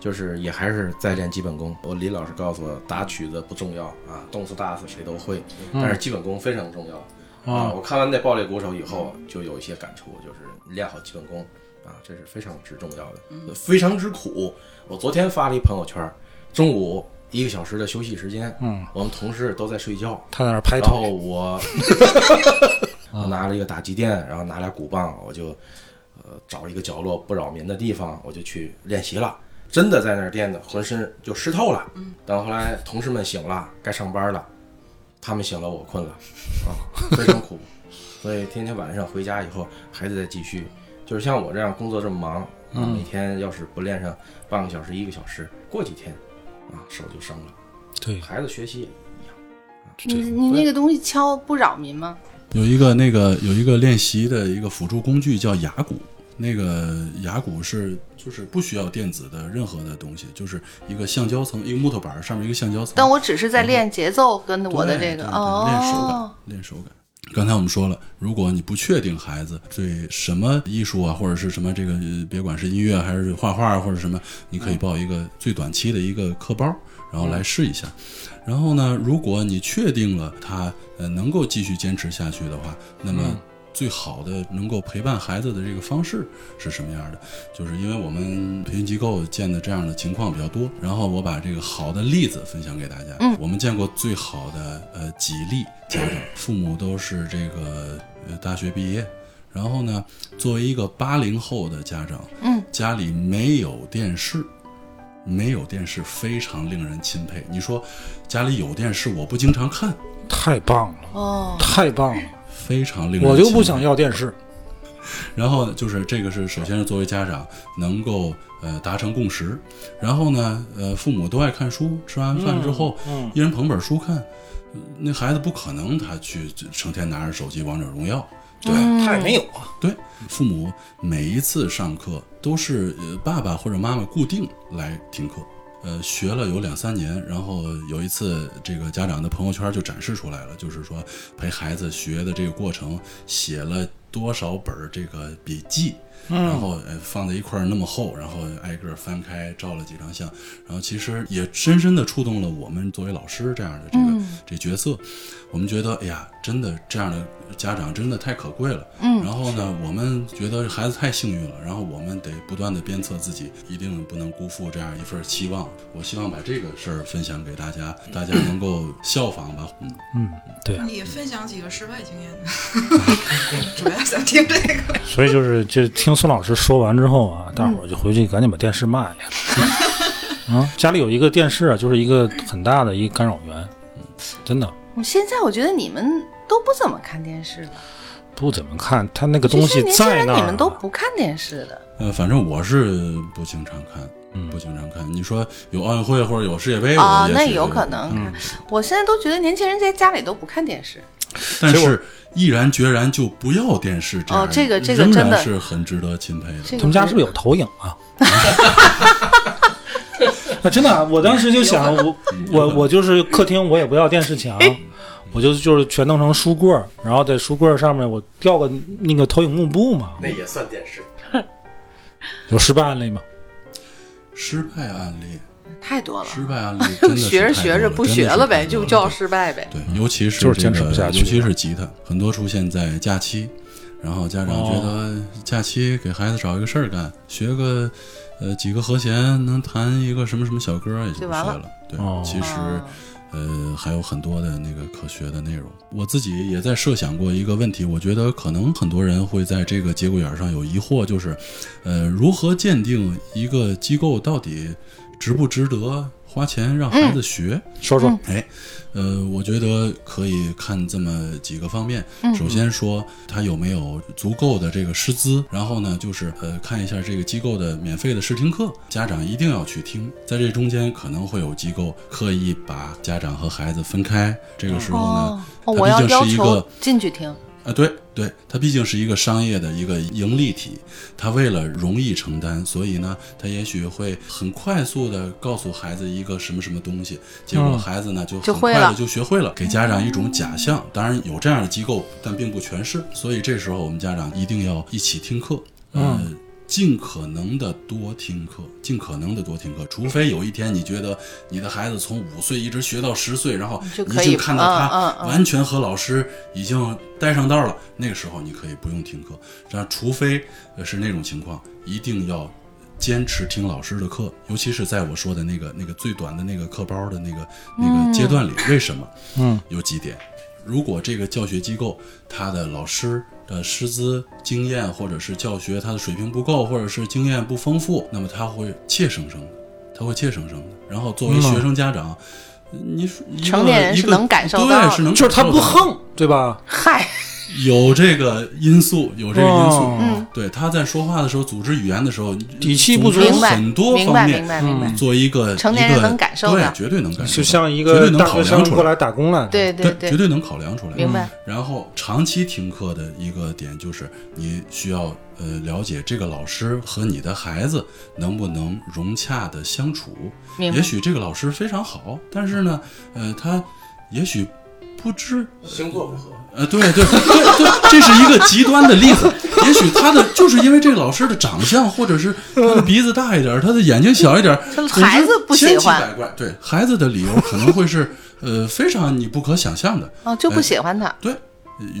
Speaker 4: 就是也还是在练基本功。我李老师告诉我，打曲子不重要啊，动次打次谁都会，但是基本功非常重要、啊。
Speaker 1: 啊
Speaker 4: 我看完那《爆裂鼓手》以后，就有一些感触，就是练好基本功啊，这是非常之重要的，非常之苦。我昨天发了一朋友圈，中午一个小时的休息时间，
Speaker 1: 嗯，
Speaker 4: 我们同事都在睡觉，
Speaker 1: 他在那儿拍
Speaker 4: 然后
Speaker 1: 腿，
Speaker 4: 我我拿了一个打击垫，然后拿俩鼓棒，我就呃找一个角落不扰民的地方，我就去练习了。真的在那儿练的，浑身就湿透了。等后来同事们醒了，该上班了，他们醒了，我困了，啊，非常苦。所以天天晚上回家以后还得再继续。就是像我这样工作这么忙，啊，每天要是不练上半个小时一个小时，过几天啊手就生了。
Speaker 1: 对，
Speaker 4: 孩子学习也
Speaker 3: 你你那个东西敲不扰民吗？
Speaker 5: 有一个那个有一个练习的一个辅助工具叫雅鼓，那个雅鼓是就是不需要电子的任何的东西，就是一个橡胶层，一个木头板儿上面一个橡胶层。
Speaker 3: 但我只是在练节奏跟我的
Speaker 5: 对
Speaker 3: 这个
Speaker 5: 对对练手感
Speaker 3: 哦，，
Speaker 5: 练手感。刚才我们说了，如果你不确定孩子对什么艺术啊，或者是什么这个，呃别管是音乐还是画画啊或者什么，你
Speaker 3: 嗯
Speaker 5: 可以报一个最短期的一个课包，然后来试一下。然后呢，如果你确定了他呃能够继续坚持下去的话，那
Speaker 3: 嗯
Speaker 5: 么最好的能够陪伴孩子的这个方式是什么样的？就是因为我们培训机构见的这样的情况比较多，然后我把这个好的例子分享给大家。嗯，我们见过最好的呃几例家长，父母都是这个呃大学毕业，然后呢，作为一个八零后的家长，
Speaker 3: 嗯，
Speaker 5: 家里没有电视。没有电视非常令人钦佩。你说家里有电视，我不经常看，
Speaker 1: 太棒了，
Speaker 3: 哦，嗯
Speaker 1: 太棒了，
Speaker 5: 非常令人
Speaker 1: 我就不
Speaker 5: 钦佩
Speaker 1: 想要电视。
Speaker 5: 然后就是这个是首先是作为家长能够呃达成共识，然后呢呃父母都爱看书，吃完饭之后、
Speaker 1: 嗯
Speaker 5: 一人捧本书看，呃那孩子不可能他去成天拿着手机王者荣耀，对，
Speaker 1: 他也没有啊，
Speaker 5: 对，父母每一次上课都是呃爸爸或者妈妈固定来听课，呃，学了有两三年，然后有一次这个家长的朋友圈就展示出来了，就是说陪孩子学的这个过程，写了多少本儿这个笔记。然后呃放在一块儿那么厚，然后挨个儿翻开照了几张相，然后其实也深深的触动了我们作为老师这样的这个、这角色，我们觉得哎呀，真的这样的家长真的太可贵了。嗯，然后呢，我们觉得孩子太幸运了，然后我们得不断的鞭策自己，一定不能辜负这样一份期望。我希望把这个事儿分享给大家，大家能够效仿吧。嗯，
Speaker 1: 嗯，对，
Speaker 6: 你分享几个失败经验呢？ *laughs* 主要想听这个。
Speaker 1: 所以就是就听孙老师说完之后
Speaker 3: 嗯
Speaker 1: 啊，大伙儿就回去赶紧把电视
Speaker 3: *laughs*
Speaker 1: 骂一下。啊，家里有一个电视啊，就是一个很大的一个干扰源，真的
Speaker 3: 现在我觉得你们都不怎么看电视了，
Speaker 1: 不怎么看。他那个
Speaker 3: 其
Speaker 1: 东
Speaker 3: 实
Speaker 1: 西
Speaker 3: 年轻
Speaker 1: 在
Speaker 3: 人
Speaker 1: 那儿啊，
Speaker 3: 你们都不看电视的，
Speaker 5: 呃，反正我是不经常看，
Speaker 1: 嗯
Speaker 5: 不经常看。你说有奥运会或者有世界杯，
Speaker 3: 啊
Speaker 5: 我也
Speaker 3: 那
Speaker 5: 许
Speaker 3: 有可能
Speaker 1: 嗯，
Speaker 3: 我现在都觉得年轻人在家里都不看电视，
Speaker 5: 但
Speaker 1: 结果
Speaker 5: 是毅然决然就不要电视这样，
Speaker 3: 哦这个这个
Speaker 5: 仍
Speaker 3: 真
Speaker 5: 然
Speaker 3: 的
Speaker 5: 是很值得钦佩的。
Speaker 3: 这个
Speaker 1: 他们家是不是有投影啊？ *laughs* 那真的啊，我当时就想，我我我就是客厅，我也不要电视墙，
Speaker 3: 哎
Speaker 1: 我就就是全弄成书柜儿，然后在书柜儿上面我吊个那个投影幕布嘛。
Speaker 7: 那也算电视。
Speaker 1: 有失败案例吗？
Speaker 5: 失败案例，
Speaker 3: 太多了。 *laughs*
Speaker 5: 失败案例真的是
Speaker 3: 学着
Speaker 5: 太
Speaker 3: 学
Speaker 5: 多
Speaker 3: 着不学
Speaker 5: 了
Speaker 3: 呗，就叫
Speaker 5: 教
Speaker 3: 失败呗。
Speaker 5: 对，尤其是、这
Speaker 1: 就
Speaker 5: 个、
Speaker 1: 是坚持不下去
Speaker 5: 尤其是吉他，很多出现在假期，然后家长
Speaker 1: 哦
Speaker 5: 觉得假期给孩子找一个事儿干，学个呃几个和弦，能弹一个什么什么小歌也就
Speaker 3: 就
Speaker 5: 不
Speaker 3: 完
Speaker 5: 学
Speaker 3: 了
Speaker 5: 了。对，
Speaker 1: 哦
Speaker 5: 其实。
Speaker 3: 啊
Speaker 5: 呃，还有很多的那个可学的内容。我自己也在设想过一个问题，我觉得可能很多人会在这个节骨眼儿上有疑惑，就是，呃，如何鉴定一个机构到底值不值得，花钱让孩
Speaker 3: 嗯
Speaker 5: 子学。
Speaker 1: 说说，
Speaker 5: 哎，呃，我觉得可以看这么几个方面。
Speaker 3: 嗯
Speaker 5: 首先说他有没有足够的这个师资，然后呢，就是呃，看一下这个机构的免费的试听课，家长一定要去听。在这中间可能会有机构刻意把家长和孩子分开，这个时候
Speaker 3: 哦
Speaker 5: 呢，，
Speaker 3: 哦我
Speaker 5: 它
Speaker 3: 要
Speaker 5: 毕
Speaker 3: 要
Speaker 5: 竟是一
Speaker 3: 求
Speaker 5: 个。
Speaker 3: 进去听，
Speaker 5: 啊，对对，它毕竟是一个商业的一个盈利体，它为了容易承担，所以呢，它也许会很快速的告诉孩子一个什么什么东西，结果
Speaker 1: 嗯
Speaker 5: 孩子呢就
Speaker 3: 就
Speaker 5: 很
Speaker 3: 会
Speaker 5: 快
Speaker 3: 了
Speaker 5: 的就学会了，给家长一种假象。当然有这样的机构，但并不全是，所以这时候我们家长一定要一起听课，呃
Speaker 1: 嗯
Speaker 5: 尽可能的多听课，尽可能的多听课，除非有一天你觉得你的孩子从五岁一直学到十岁，然后
Speaker 3: 就
Speaker 5: 你
Speaker 3: 可
Speaker 5: 已经
Speaker 3: 以
Speaker 5: 看到
Speaker 3: 嗯嗯
Speaker 5: 他
Speaker 3: 嗯
Speaker 5: 完全和老师已经待上道了，那个时候你可以不用听课，这样除非呃是那种情况，一定要坚持听老师的课，尤其是在我说的那个那个最短的那个课包的那个那个阶段里，为什么？
Speaker 1: 嗯，
Speaker 5: 有几点。如果这个教学机构他的老师的师资经验或者是教学他的水平不够，或者是经验不丰富，那么他会怯生生的，他会怯生生的。然后作为学生家长，你说一个
Speaker 3: 成年人是
Speaker 5: 一个
Speaker 3: 能感受到的
Speaker 5: 对，是能
Speaker 1: 就是他
Speaker 5: 感
Speaker 1: 不
Speaker 5: 受到的，
Speaker 1: 横，对吧？
Speaker 3: 嗨，
Speaker 5: 有这个因素，有这个因素。
Speaker 1: 哦
Speaker 3: 嗯，
Speaker 5: 对，他在说话的时候，组织语言的时候，
Speaker 1: 底气不足
Speaker 5: 总之
Speaker 3: 明白，
Speaker 5: 很多
Speaker 3: 明白，
Speaker 5: 方面嗯
Speaker 3: 明白，明白，
Speaker 5: 做一个
Speaker 3: 成年人
Speaker 5: 一个
Speaker 3: 能感受的
Speaker 5: 对，绝对能感受到，
Speaker 1: 就像一
Speaker 5: 绝
Speaker 1: 个
Speaker 5: 对能
Speaker 1: 大
Speaker 5: 考
Speaker 1: 学
Speaker 5: 量
Speaker 1: 生
Speaker 5: 出来
Speaker 1: 过来打工来，，
Speaker 3: 对对
Speaker 5: 绝对能考量出来，
Speaker 3: 明白。
Speaker 5: 然后长期听课的一个点就是，你需要呃了解这个老师和你的孩子能不能融洽的相处。
Speaker 3: 明白
Speaker 5: 也许这个老师非常好，但是呢，呃，他也许不知
Speaker 7: 星座不合，
Speaker 5: 呃，对对对对，这是一个极端的例子。
Speaker 7: *laughs*
Speaker 5: 也许他的就是因为这个老师的长相，或者是他的鼻子大一点儿，他的眼睛小一点儿，
Speaker 3: 这孩子不
Speaker 5: 总之
Speaker 3: 喜
Speaker 5: 千奇
Speaker 3: 欢
Speaker 5: 百怪。对孩子的理由可能会是呃非常你不可想象的。
Speaker 3: 哦，就不喜欢他，
Speaker 5: 对，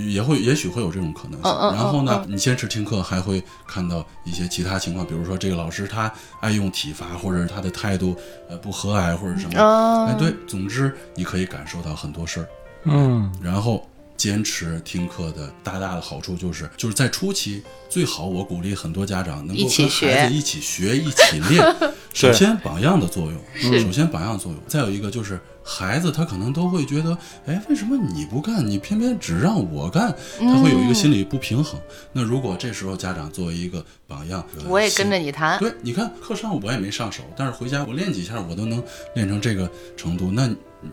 Speaker 5: 也会也许会有这种可能性。
Speaker 3: 嗯嗯嗯
Speaker 5: 然后呢，你坚持听课，还会看到一些其他情况，比如说这个老师他爱用体罚，或者是他的态度呃不和蔼，或者什么。
Speaker 3: 嗯
Speaker 5: 哎，对，总之你可以感受到很多事儿。
Speaker 1: 嗯，
Speaker 5: 然后坚持听课的大大的好处就是，就是在初期最好，我鼓励很多家长能
Speaker 3: 一
Speaker 5: 够
Speaker 3: 起
Speaker 5: 跟
Speaker 3: 学
Speaker 5: 孩子一起学、一起练。
Speaker 3: *laughs*
Speaker 5: 首先榜样的作用，首先榜样作用。再有一个就是孩子他可能都会觉得，哎，为什么你不干，你偏偏只让我干？
Speaker 3: 嗯
Speaker 5: 他会有一个心理不平衡。那如果这时候家长作为一个榜样，呃
Speaker 3: 我也跟着
Speaker 5: 心
Speaker 3: 你谈，
Speaker 5: 对，你看课上我也没上手，但是回家我练几下，我都能练成这个程度。那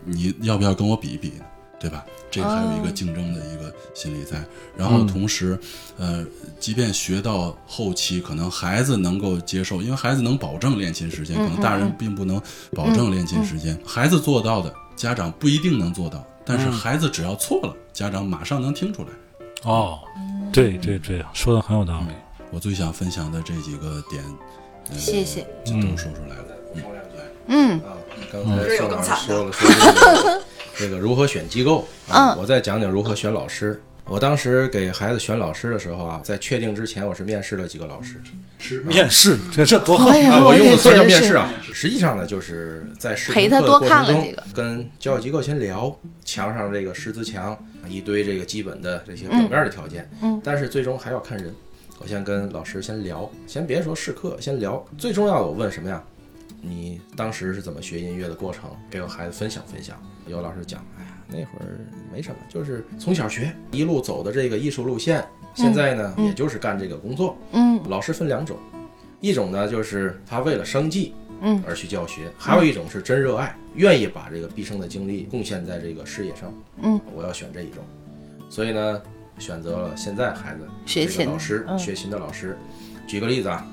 Speaker 5: 你你要不要跟我比一比呢？对吧？这个还有一个竞争的一个心理在。然后同时，呃，即便学到后期，可能孩子能够接受，因为孩子能保证练琴时间，可能大人并不能保证练琴时间。孩子做到的，家长不一定能做到，但是孩子只要错了，家长马上能听出来。
Speaker 1: 哦，对对对，说的很有道理。
Speaker 5: 我最想分享的这几个点，呃、
Speaker 3: 谢谢，
Speaker 5: 就都说出来了。嗯
Speaker 7: 补充两句
Speaker 3: 嗯，
Speaker 4: 啊，刚才
Speaker 6: 是有
Speaker 4: 宋
Speaker 6: 更
Speaker 4: 老
Speaker 6: 惨
Speaker 4: 师说了说这
Speaker 6: *laughs*
Speaker 4: 个这个如何选机构啊，
Speaker 3: 嗯
Speaker 4: 我再讲讲如何选老师。我当时给孩子选老师的时候啊，在确定之前，我是面试了几个老师。
Speaker 1: 面试，这这多好
Speaker 3: 哎呀
Speaker 4: 啊， *laughs* 我用的词
Speaker 3: 觉
Speaker 4: 叫
Speaker 3: 得
Speaker 4: 面试
Speaker 3: 是，
Speaker 4: 啊，实际上呢，就是在试
Speaker 3: 陪
Speaker 4: 听
Speaker 3: 他
Speaker 4: 课的
Speaker 3: 多
Speaker 4: 过
Speaker 3: 看
Speaker 4: 程
Speaker 3: 了
Speaker 4: 中
Speaker 3: 几个
Speaker 4: 跟教育机构先聊，墙上这个师资墙，一堆这个基本的这些表面的条件，
Speaker 3: 嗯
Speaker 4: 但是最终还要看人。我先跟老师先聊，先别说试课，先聊。最重要的，我问什么呀？你当时是怎么学音乐的过程？给我孩子分享分享。有老师讲，哎呀，那会儿没什么，就是从小学一路走的这个艺术路线，现在呢，也就是干这个工作。
Speaker 3: 嗯
Speaker 4: 老师分两种，一种呢就是他为了生计，
Speaker 3: 嗯，
Speaker 4: 而去教学；还有一种是真热爱，愿意把这个毕生的精力贡献在这个事业上。
Speaker 3: 嗯，
Speaker 4: 我要选这一种，所以呢，选择了现在孩子
Speaker 3: 学
Speaker 4: 这
Speaker 3: 琴
Speaker 4: 个老师，
Speaker 3: 嗯
Speaker 4: 学琴的老师。举个例子啊，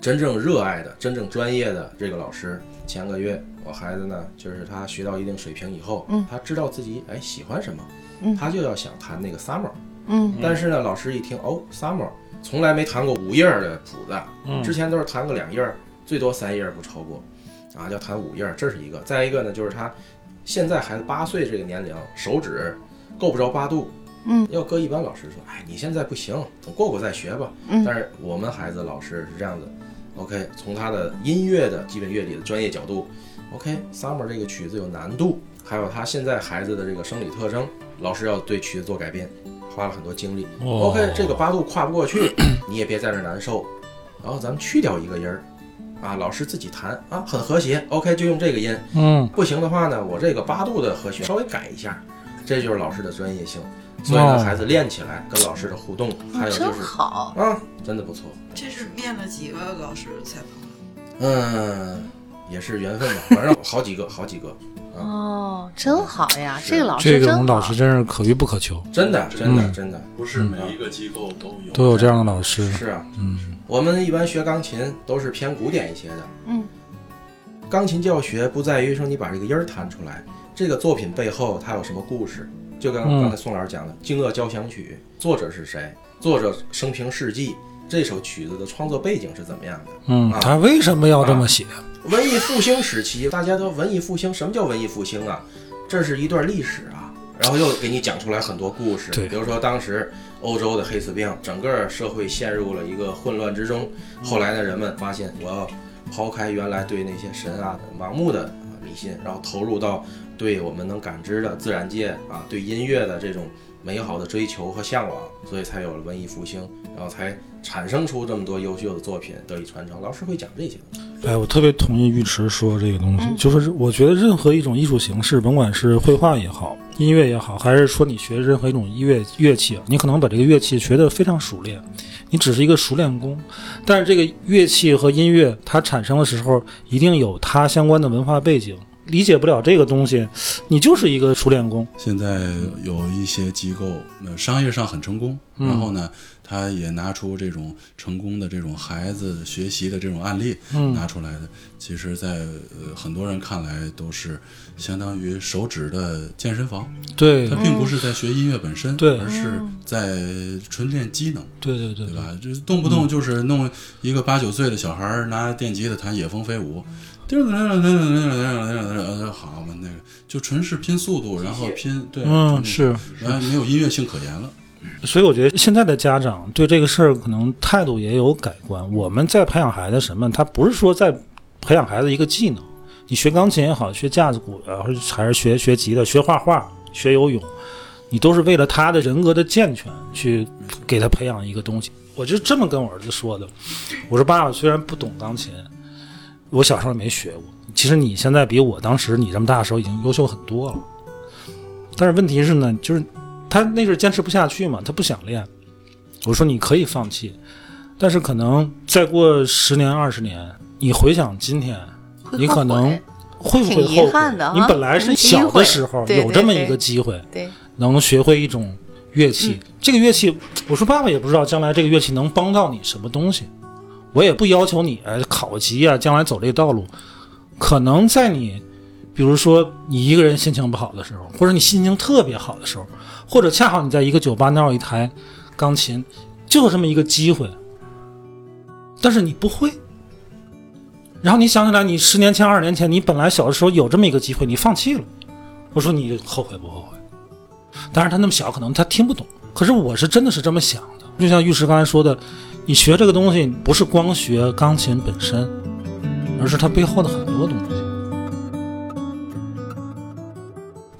Speaker 4: 真正热爱的、真正专业的这个老师，前个月我孩子呢，就是他学到一定水平以后，
Speaker 3: 嗯
Speaker 4: 他知道自己哎喜欢什么，
Speaker 3: 嗯
Speaker 4: 他就要想弹那个 summer。
Speaker 3: 嗯
Speaker 4: 但是呢，老师一听哦，summer 从来没弹过五页儿的谱子，之前都是弹个两页儿，最多三页儿不超过，啊，要弹五页儿，这是一个。再一个呢，就是他现在孩子八岁这个年龄，手指够不着八度。
Speaker 3: 嗯，
Speaker 4: 要搁一般老师说，哎，你现在不行，等过过再学吧。
Speaker 3: 嗯
Speaker 4: 但是我们孩子老师是这样的，OK，从他的音乐的基本乐理的专业角度，OK，Summer、这个曲子有难度，还有他现在孩子的这个生理特征，老师要对曲子做改编，花了很多精力。
Speaker 1: 哦
Speaker 4: *clears throat* OK，这个八度跨不过去，你也别在那儿难受，然后咱们去掉一个音儿，啊，老师自己弹啊，很和谐，OK 就用这个音，
Speaker 1: 嗯，
Speaker 4: 不行的话呢，我这个八度的和弦稍微改一下，这就是老师的专业性。所以呢，
Speaker 1: 哦
Speaker 4: 孩子练起来跟老师的互动，还有就
Speaker 3: 哦真
Speaker 4: 是
Speaker 3: 好，
Speaker 4: 啊，真的不错。
Speaker 6: 这是面了几个老师才碰到？
Speaker 4: 嗯，也是缘分吧，反正好几个，好几个，
Speaker 3: 哦，真好呀，
Speaker 4: 是
Speaker 3: 这个老
Speaker 1: 这
Speaker 3: 师
Speaker 1: 个我
Speaker 3: 真
Speaker 1: 们
Speaker 3: 好
Speaker 1: 老师真是可遇不可求，
Speaker 4: 真的， *laughs* 真的，
Speaker 1: 嗯
Speaker 4: 真的。
Speaker 5: 不是每一个机构都有
Speaker 1: 都有这样的老师。
Speaker 4: 是啊，
Speaker 1: 嗯，
Speaker 4: 我们一般学钢琴都是偏古典一些的。
Speaker 3: 嗯，
Speaker 4: 钢琴教学不在于说你把这个音儿弹出来，这个作品背后它有什么故事。就刚
Speaker 1: 嗯
Speaker 4: 刚才宋老师讲的《惊愕交响曲》，作者是谁？作者生平事迹，这首曲子的创作背景是怎么样的？
Speaker 1: 嗯，他为什么要这么写？
Speaker 4: 文艺复兴时期，大家都文艺复兴，什么叫文艺复兴啊？这是一段历史啊，然后又给你讲出来很多故事，
Speaker 1: 对
Speaker 4: 比如说当时欧洲的黑死病，整个社会陷入了一个混乱之中。后来呢，人们发现我要抛开原来对那些神啊盲目的啊迷信，然后投入到对我们能感知的自然界啊，对音乐的这种美好的追求和向往，所以才有了文艺复兴，然后才产生出这么多优秀的作品得以传承。老师会讲这些东西。
Speaker 1: 哎，我特别同意尉迟说这个东西，就是我觉得任何一种艺术形式，甭管是绘画也好，音乐也好，还是说你学任何一种音乐乐器，啊你可能把这个乐器学得非常熟练，你只是一个熟练工，但是这个乐器和音乐它产生的时候，一定有它相关的文化背景。理解不了这个东西，你就是一个熟练工。
Speaker 5: 现在有一些机构，呃，商业上很成功，
Speaker 1: 嗯
Speaker 5: 然后呢，他也拿出这种成功的这种孩子学习的这种案例，
Speaker 1: 嗯
Speaker 5: 拿出来的，其实在，呃很多人看来都是相当于手指的健身房，
Speaker 1: 对
Speaker 5: 他并不是在学音乐本身，
Speaker 1: 对
Speaker 5: 而是在纯练机能，
Speaker 1: 对对对
Speaker 5: 对吧？就是动不动就是弄一个八九岁的小孩儿拿电吉他弹《野蜂飞舞》，叮儿噔儿噔儿噔儿噔儿噔儿噔儿噔儿噔儿，好嘛，那个就纯是拼速度，然后拼对，
Speaker 1: 嗯，
Speaker 5: 纯
Speaker 1: 是。
Speaker 5: 那个，然后没有音乐性可言了。
Speaker 1: 所以我觉得现在的家长对这个事儿可能态度也有改观。我们在培养孩子什么？他不是说在培养孩子一个技能，你学钢琴也好，学架子鼓也好，还是学学吉他、学画画、学游泳，你都是为了他的人格的健全去给他培养一个东西。我就这么跟我儿子说的，我说爸爸虽然不懂钢琴，我小时候也没学过，其实你现在比我当时你这么大的时候已经优秀很多了。但是问题是呢，就是他那是坚持不下去嘛，他不想练。我说你可以放弃，但是可能再过十年二十年，你回想今天，
Speaker 3: 会
Speaker 1: 你
Speaker 3: 后
Speaker 1: 可能会
Speaker 3: 悔
Speaker 1: 不会
Speaker 3: 挺
Speaker 1: 后
Speaker 3: 遗
Speaker 1: 悔
Speaker 3: 憾的？啊
Speaker 1: 你本来是小的时候
Speaker 3: 机会
Speaker 1: 有这么一
Speaker 3: 对对
Speaker 1: 个机会，
Speaker 3: 对
Speaker 1: 能学会一种乐器。这个乐器，我说爸爸也不知道将来这个乐器能帮到你什么东西，我也不要求你哎考级啊，将来走这个道路。可能在你，比如说你一个人心情不好的时候，或者你心情特别好的时候，或者恰好你在一个酒吧那儿有一台钢琴，就这么一个机会，但是你不会。然后你想起来，你十年前、二十年前，你本来小的时候有这么一个机会，你放弃了。我说你后悔不后悔？当然他那么小，可能他听不懂。可是我是真的是这么想的，就像玉石刚才说的，你学这个东西不是光学钢琴本身，而是它背后的很多东西。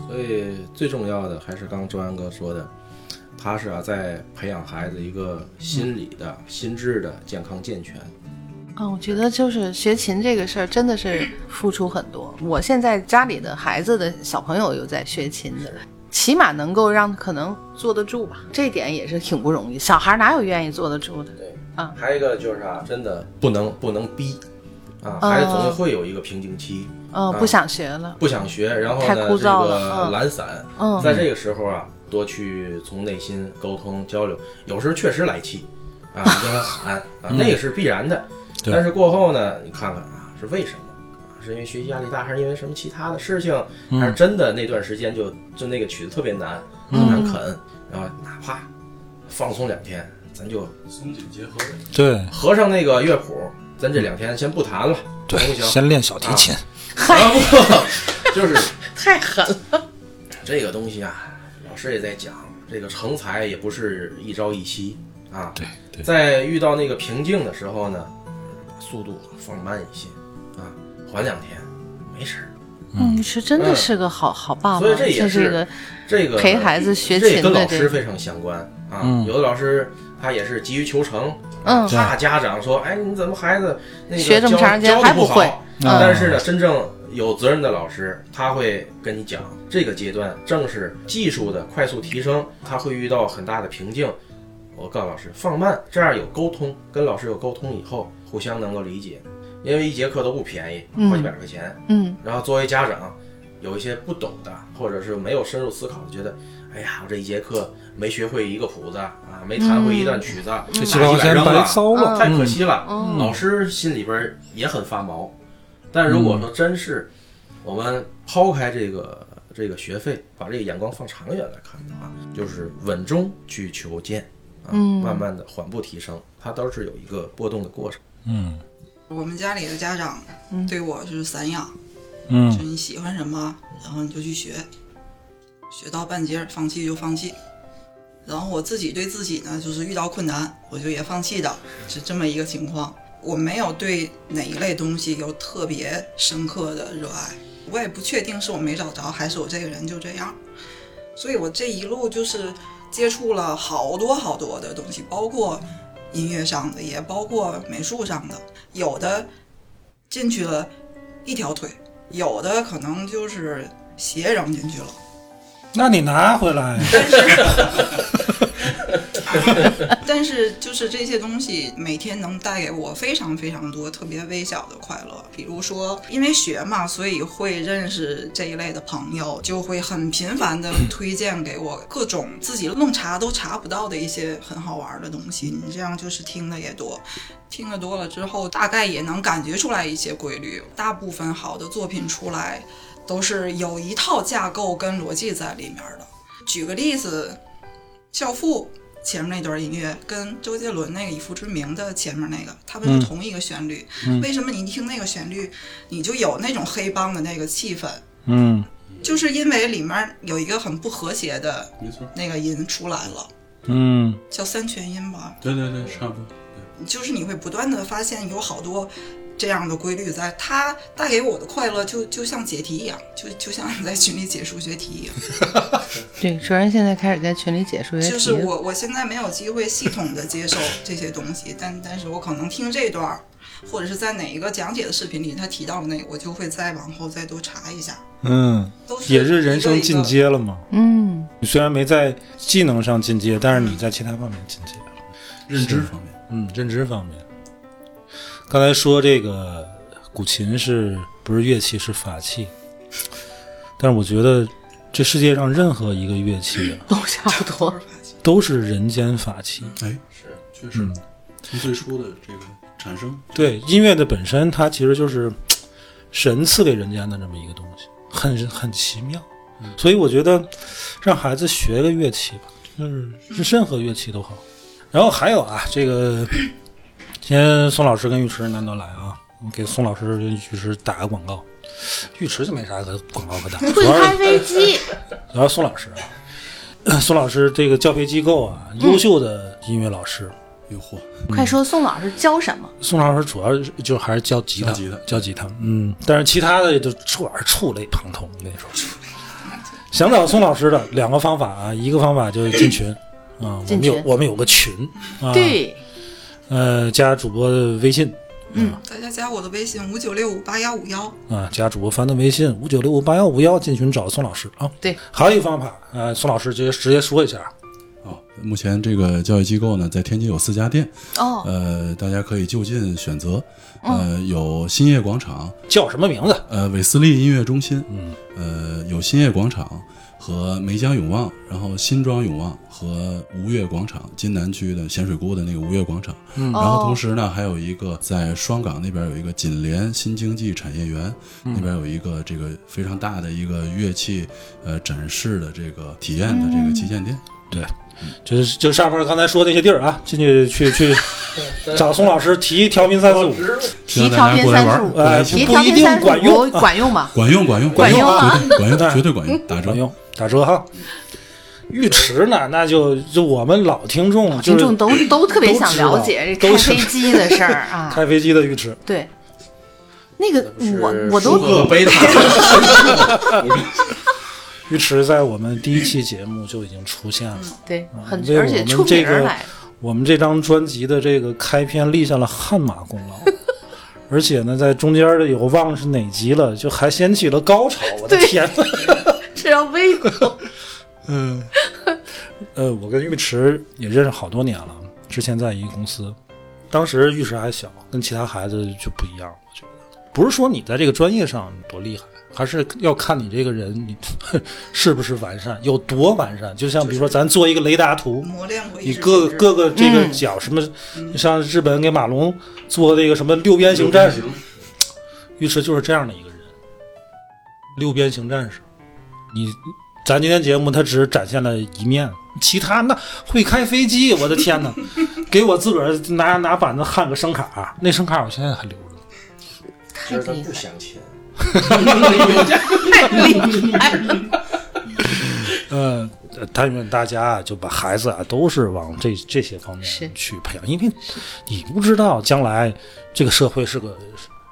Speaker 4: 所以最重要的还是刚周安哥说的，他是啊在培养孩子一个心理的、心智的健康健全。
Speaker 3: 啊，我觉得就是学琴这个事儿真的是付出很多。我现在家里的孩子的小朋友有在学琴的，起码能够让可能坐得住吧，这点也是挺不容易。小孩哪有愿意坐得住的？
Speaker 4: 对
Speaker 3: 啊
Speaker 4: 还有一个就是啊，真的不能不能逼啊，
Speaker 3: 哦
Speaker 4: 孩子总会有一个瓶颈期，
Speaker 3: 嗯，
Speaker 4: 啊
Speaker 3: 不想学了。
Speaker 4: 不想学，然后
Speaker 3: 太
Speaker 4: 呢
Speaker 3: 枯
Speaker 4: 这
Speaker 3: 燥了
Speaker 4: 个
Speaker 3: 嗯
Speaker 4: 懒散， *laughs*
Speaker 3: 嗯
Speaker 4: 在这个时候啊，多去从内心沟通交流，有时候确实来气啊，你跟他喊啊，那个是必然的。
Speaker 5: 对
Speaker 4: 但是过后呢，你看看啊，是为什么？啊是因为学习压力大，还是因为什么其他的事情？还是真的那段时间就就那个曲子特别难，很难啃，然后哪怕放松两天，咱就
Speaker 5: 松紧结合，
Speaker 1: 对
Speaker 4: 合上那个乐谱，咱这两天先不弹了，
Speaker 1: 对
Speaker 4: 行不，行？
Speaker 1: 先练小提琴。
Speaker 4: 然后 *laughs* 就是
Speaker 3: 太狠了。
Speaker 4: 这个东西啊，老师也在讲，这个成才也不是一朝一夕啊。
Speaker 5: 对对
Speaker 4: 在遇到那个瓶颈的时候呢，把速度放慢一些啊，缓两天，没事儿。
Speaker 3: 嗯，是真的是个好好爸爸，
Speaker 4: 所以这也
Speaker 3: 这
Speaker 4: 是
Speaker 3: 个
Speaker 4: 这个
Speaker 3: 陪孩子学
Speaker 4: 这也
Speaker 3: 琴
Speaker 4: 跟
Speaker 3: 的
Speaker 4: 老
Speaker 3: 这
Speaker 4: 师非常相关啊，
Speaker 1: 嗯
Speaker 4: 有的老师他也是急于求成，
Speaker 3: 嗯
Speaker 4: 怕家长说，哎，你怎么孩子那个
Speaker 3: 学这么
Speaker 4: 教
Speaker 3: 长时间
Speaker 4: 教得
Speaker 3: 还
Speaker 4: 不
Speaker 3: 不会
Speaker 4: 好
Speaker 1: 嗯
Speaker 4: 但是呢，真正有责任的老师，他会跟你讲，这个阶段正是技术的快速提升，他会遇到很大的瓶颈。我告诉老师，放慢，这样有沟通，跟老师有沟通以后，互相能够理解。因为一节课都不便宜，好几百块钱。
Speaker 3: 嗯，
Speaker 4: 然后作为家长，有一些不懂的，或者是没有深入思考的，觉得，哎呀，我这一节课没学会一个谱子啊，没弹会一段曲子，啊
Speaker 1: 这
Speaker 4: 几
Speaker 1: 七八块钱白糟了，
Speaker 4: 太可惜了。
Speaker 3: 嗯
Speaker 4: 老师心里边也很发毛。但如果说真是我们抛开这个这个学费，把这个眼光放长远来看的话，就是稳中去求进
Speaker 3: 嗯
Speaker 4: 啊，慢慢的缓步提升，它都是有一个波动的过程。
Speaker 1: 嗯
Speaker 6: 我们家里的家长对我是散养，
Speaker 1: 嗯
Speaker 6: 就你喜欢什么，然后你就去学，学到半截儿放弃就放弃。然后我自己对自己呢，就是遇到困难我就也放弃的，是这么一个情况。我没有对哪一类东西有特别深刻的热爱，我也不确定是我没找着，还是我这个人就这样。所以我这一路就是接触了好多好多的东西，包括音乐上的，也包括美术上的。有的进去了一条腿，有的可能就是鞋扔进去了。
Speaker 1: 那你拿回来，
Speaker 6: 但是就是这些东西每天能带给我非常非常多特别微小的快乐，比如说因为学嘛，所以会认识这一类的朋友，就会很频繁的推荐给我各种自己愣查都查不到的一些很好玩的东西。你这样就是听的也多，听得多了之后，大概也能感觉出来一些规律。大部分好的作品出来都是有一套架构跟逻辑在里面的。举个例子，校父前面那段音乐跟周杰伦那个《以父之名》的前面那个，他们是同一个旋律。为什么你一听那个旋律，你就有那种黑帮的那个气氛？
Speaker 1: *laughs* 嗯
Speaker 6: 就是因为里面有一个很不和谐的
Speaker 5: 没错，
Speaker 6: 那个音出来了，
Speaker 1: 嗯
Speaker 6: 叫三全音吧。
Speaker 5: 对对对，差不多。
Speaker 6: 就是你会不断的发现有好多这样的规律在，它带给我的快乐就就像解题一样，就就像你在群里解数学题一样。
Speaker 3: 对，哲人现在开始在群里解说些
Speaker 6: 就是
Speaker 3: 题，
Speaker 6: 我我现在没有机会系统的接受这些东西，但但是我可能听这段儿，或者是在哪一个讲解的视频里他提到的那个，我就会再往后再多查一下。
Speaker 1: 嗯，
Speaker 6: 都是
Speaker 1: 也是人生进
Speaker 6: 一个一个。
Speaker 1: 阶了嘛。
Speaker 3: 嗯，
Speaker 1: 你虽然没在技能上进阶，但是你在其他方面进阶。
Speaker 5: 认知方面，
Speaker 1: 嗯，认知方面，刚才说这个古琴是不是乐器是法器？但是我觉得这世界上任何一个乐器啊
Speaker 3: 都差不多。
Speaker 1: 都是人间法器。
Speaker 5: 哎，是，确实，从最初的这个产生，
Speaker 1: 对，音乐的本身它其实就是嘖神赐给人间的这么一个东西，很很奇妙。所以我觉得让孩子学个乐器吧，就是是任何乐器都好。然后还有啊，这个今天宋老师跟尉迟难得来啊，我给宋老师跟尉迟打个广告。尉迟就没啥可广告可打，主
Speaker 8: 会
Speaker 1: 要
Speaker 8: 开
Speaker 1: 是
Speaker 8: 飞机，
Speaker 1: 主要是宋老师啊， *coughs* 呃宋老师这个教培机构啊，优秀的音乐老师，
Speaker 5: 有哎嚯，
Speaker 1: 嗯
Speaker 3: 快说宋老师教什么？
Speaker 1: 宋老师主要是就还是教吉他，
Speaker 5: 教吉他
Speaker 1: 教吉他，嗯，但是其他的就触耳触类旁通。我跟你说，想找宋老师的两个方法啊，一个方法就是进群啊，我
Speaker 3: 进
Speaker 1: 们
Speaker 3: 群
Speaker 1: 有我们有个群啊，，
Speaker 3: 对，
Speaker 1: 呃，加主播的微信
Speaker 6: 大家加我的微信五九六五八幺五幺，
Speaker 1: 啊，加主播凡的微信五九六五八幺五幺进群找宋老师啊。
Speaker 3: 对，
Speaker 1: 还有一个方法，呃，宋老师直接直接说一下啊，
Speaker 5: 哦，目前这个教育机构呢，在天津有四家店，
Speaker 3: 哦，
Speaker 5: 呃，大家可以就近选择，呃，有新业广场，
Speaker 1: 叫什么名字？
Speaker 5: 呃，韦斯利音乐中心，嗯，呃，有新业广场和梅江永旺，然后新庄永旺和吴越广场，金南区的咸水沽的那个吴越广场，嗯，然
Speaker 3: 哦
Speaker 5: 后同时呢，还有一个在双岗那边有一个锦联新经济产业园，那边有一个这个非常大的一个乐器呃展示的这个体验的这个旗舰店。
Speaker 3: 嗯
Speaker 1: 对，就是就上面刚才说那些地儿啊，进去去去找宋老师提调频三四五。
Speaker 5: 希
Speaker 3: 提
Speaker 5: 望
Speaker 3: 条
Speaker 5: 大家
Speaker 3: 片
Speaker 5: 过来
Speaker 3: 三
Speaker 5: 玩
Speaker 3: 十
Speaker 5: 儿，
Speaker 3: 五
Speaker 5: 过来，一起
Speaker 3: 提
Speaker 1: 不
Speaker 3: 条
Speaker 1: 一
Speaker 3: 片
Speaker 1: 定
Speaker 3: 三十
Speaker 1: 管
Speaker 3: 五
Speaker 1: 用
Speaker 3: 管用吧？
Speaker 5: 管用管用
Speaker 3: 管
Speaker 5: 用
Speaker 3: 用啊
Speaker 5: 绝对 *laughs* 管用
Speaker 1: 对
Speaker 5: 绝对管用，打折
Speaker 1: 管。用，嗯打折哈。浴池呢，那就就我们老听众， *laughs* 就
Speaker 3: 听众
Speaker 1: 是
Speaker 3: 都都特别
Speaker 1: 都
Speaker 3: 想
Speaker 1: 知
Speaker 3: 了
Speaker 1: 道
Speaker 3: 解这
Speaker 1: 都
Speaker 3: 开
Speaker 1: 是
Speaker 3: 飞机的事儿啊。
Speaker 1: *laughs* 开飞机的浴池，
Speaker 3: 对，那个我我 *laughs*
Speaker 4: 舒克
Speaker 3: 都
Speaker 4: 贝塔，
Speaker 1: 尉迟在我们第一期节目就已经出现了。
Speaker 3: 对，嗯很
Speaker 1: 嗯为
Speaker 3: 而
Speaker 1: 我
Speaker 3: 且
Speaker 1: 们
Speaker 3: 出
Speaker 1: 这
Speaker 3: 名
Speaker 1: 个
Speaker 3: 儿来，
Speaker 1: 我们这张专辑的这个开篇立下了汗马功
Speaker 3: *laughs*
Speaker 1: 劳，而且呢，在中间的有忘了是哪集了，就还掀起了高潮。我的
Speaker 3: 对
Speaker 1: 天呐！
Speaker 3: 这要微博
Speaker 1: 嗯，呃，我跟尉迟也认识好多年了，之前在一个公司，当时尉迟还小，跟其他孩子就不一样，我觉得不是说你在这个专业上多厉害，还是要看你这个人你 *laughs* 是不是完善，有多完善。就像比如说咱做一个雷达图，
Speaker 6: 磨练过一
Speaker 1: 你
Speaker 6: 支
Speaker 1: 各
Speaker 6: 笔直
Speaker 1: 各个这个角什么，像日本给马龙做这个什么六边形战士，尉迟就是这样的一个人，六边形战士。你咱今天节目他只展现了一面，其他那会开飞机，我的天哪！给我自个儿拿拿板子焊个声卡，那声卡我现在还留着呢。
Speaker 3: 太
Speaker 7: 其实他
Speaker 3: 厉
Speaker 7: 不
Speaker 3: 害，
Speaker 7: 想钱，
Speaker 3: 太厉害了，
Speaker 1: 嗯、呃，但愿大家啊就把孩子啊都是往这这些方面
Speaker 3: 是
Speaker 1: 去培养，因为你不知道将来这个社会是个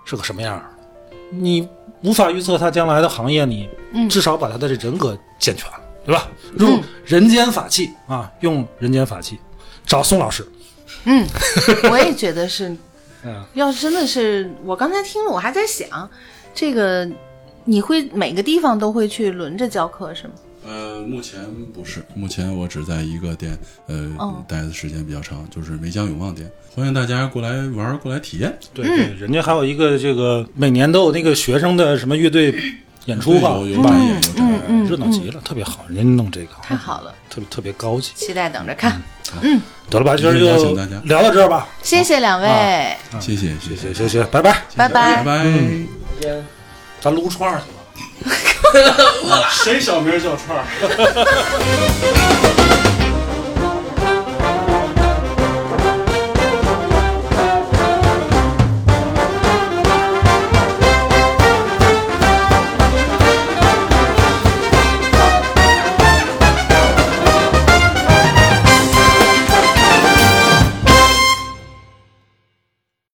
Speaker 1: 是个什么样儿的，你无法预测他将来的行业，你
Speaker 3: 嗯
Speaker 1: 至少把他的这人格健全了，对吧？用人间法器啊，用人间法器，找宋老师，
Speaker 3: 嗯， *laughs* 我也觉得是
Speaker 1: *laughs* 嗯，
Speaker 3: 要是真的是，我刚才听了，我还在想，这个你会每个地方都会去轮着教课是吗？
Speaker 5: 呃，目前不是，目前我只在一个店，呃，
Speaker 3: 哦
Speaker 5: 待的时间比较长，就是梅江永旺店，欢迎大家过来玩儿，过来体验。
Speaker 1: 对
Speaker 3: 嗯
Speaker 1: 对，人家还有一个这个每年都有那个学生的什么乐队演出吧，
Speaker 5: 有有
Speaker 1: 吧
Speaker 5: 展演，有展演。
Speaker 1: 热闹极了，特别好，人家弄这个
Speaker 3: 太好了，
Speaker 1: 特别特别高级。
Speaker 3: 期待等着看，
Speaker 1: 得了吧，今儿就
Speaker 5: 邀请大家
Speaker 1: 聊到这儿吧。
Speaker 3: 谢谢两位，
Speaker 5: 啊谢谢，
Speaker 1: 行
Speaker 5: 谢谢，嗯
Speaker 1: 行行，拜拜，
Speaker 3: 拜拜
Speaker 5: 拜。拜。
Speaker 7: 烟
Speaker 1: 咱撸串儿去吧。
Speaker 5: 谁小名叫串儿？
Speaker 9: 「君の声が聞こえる」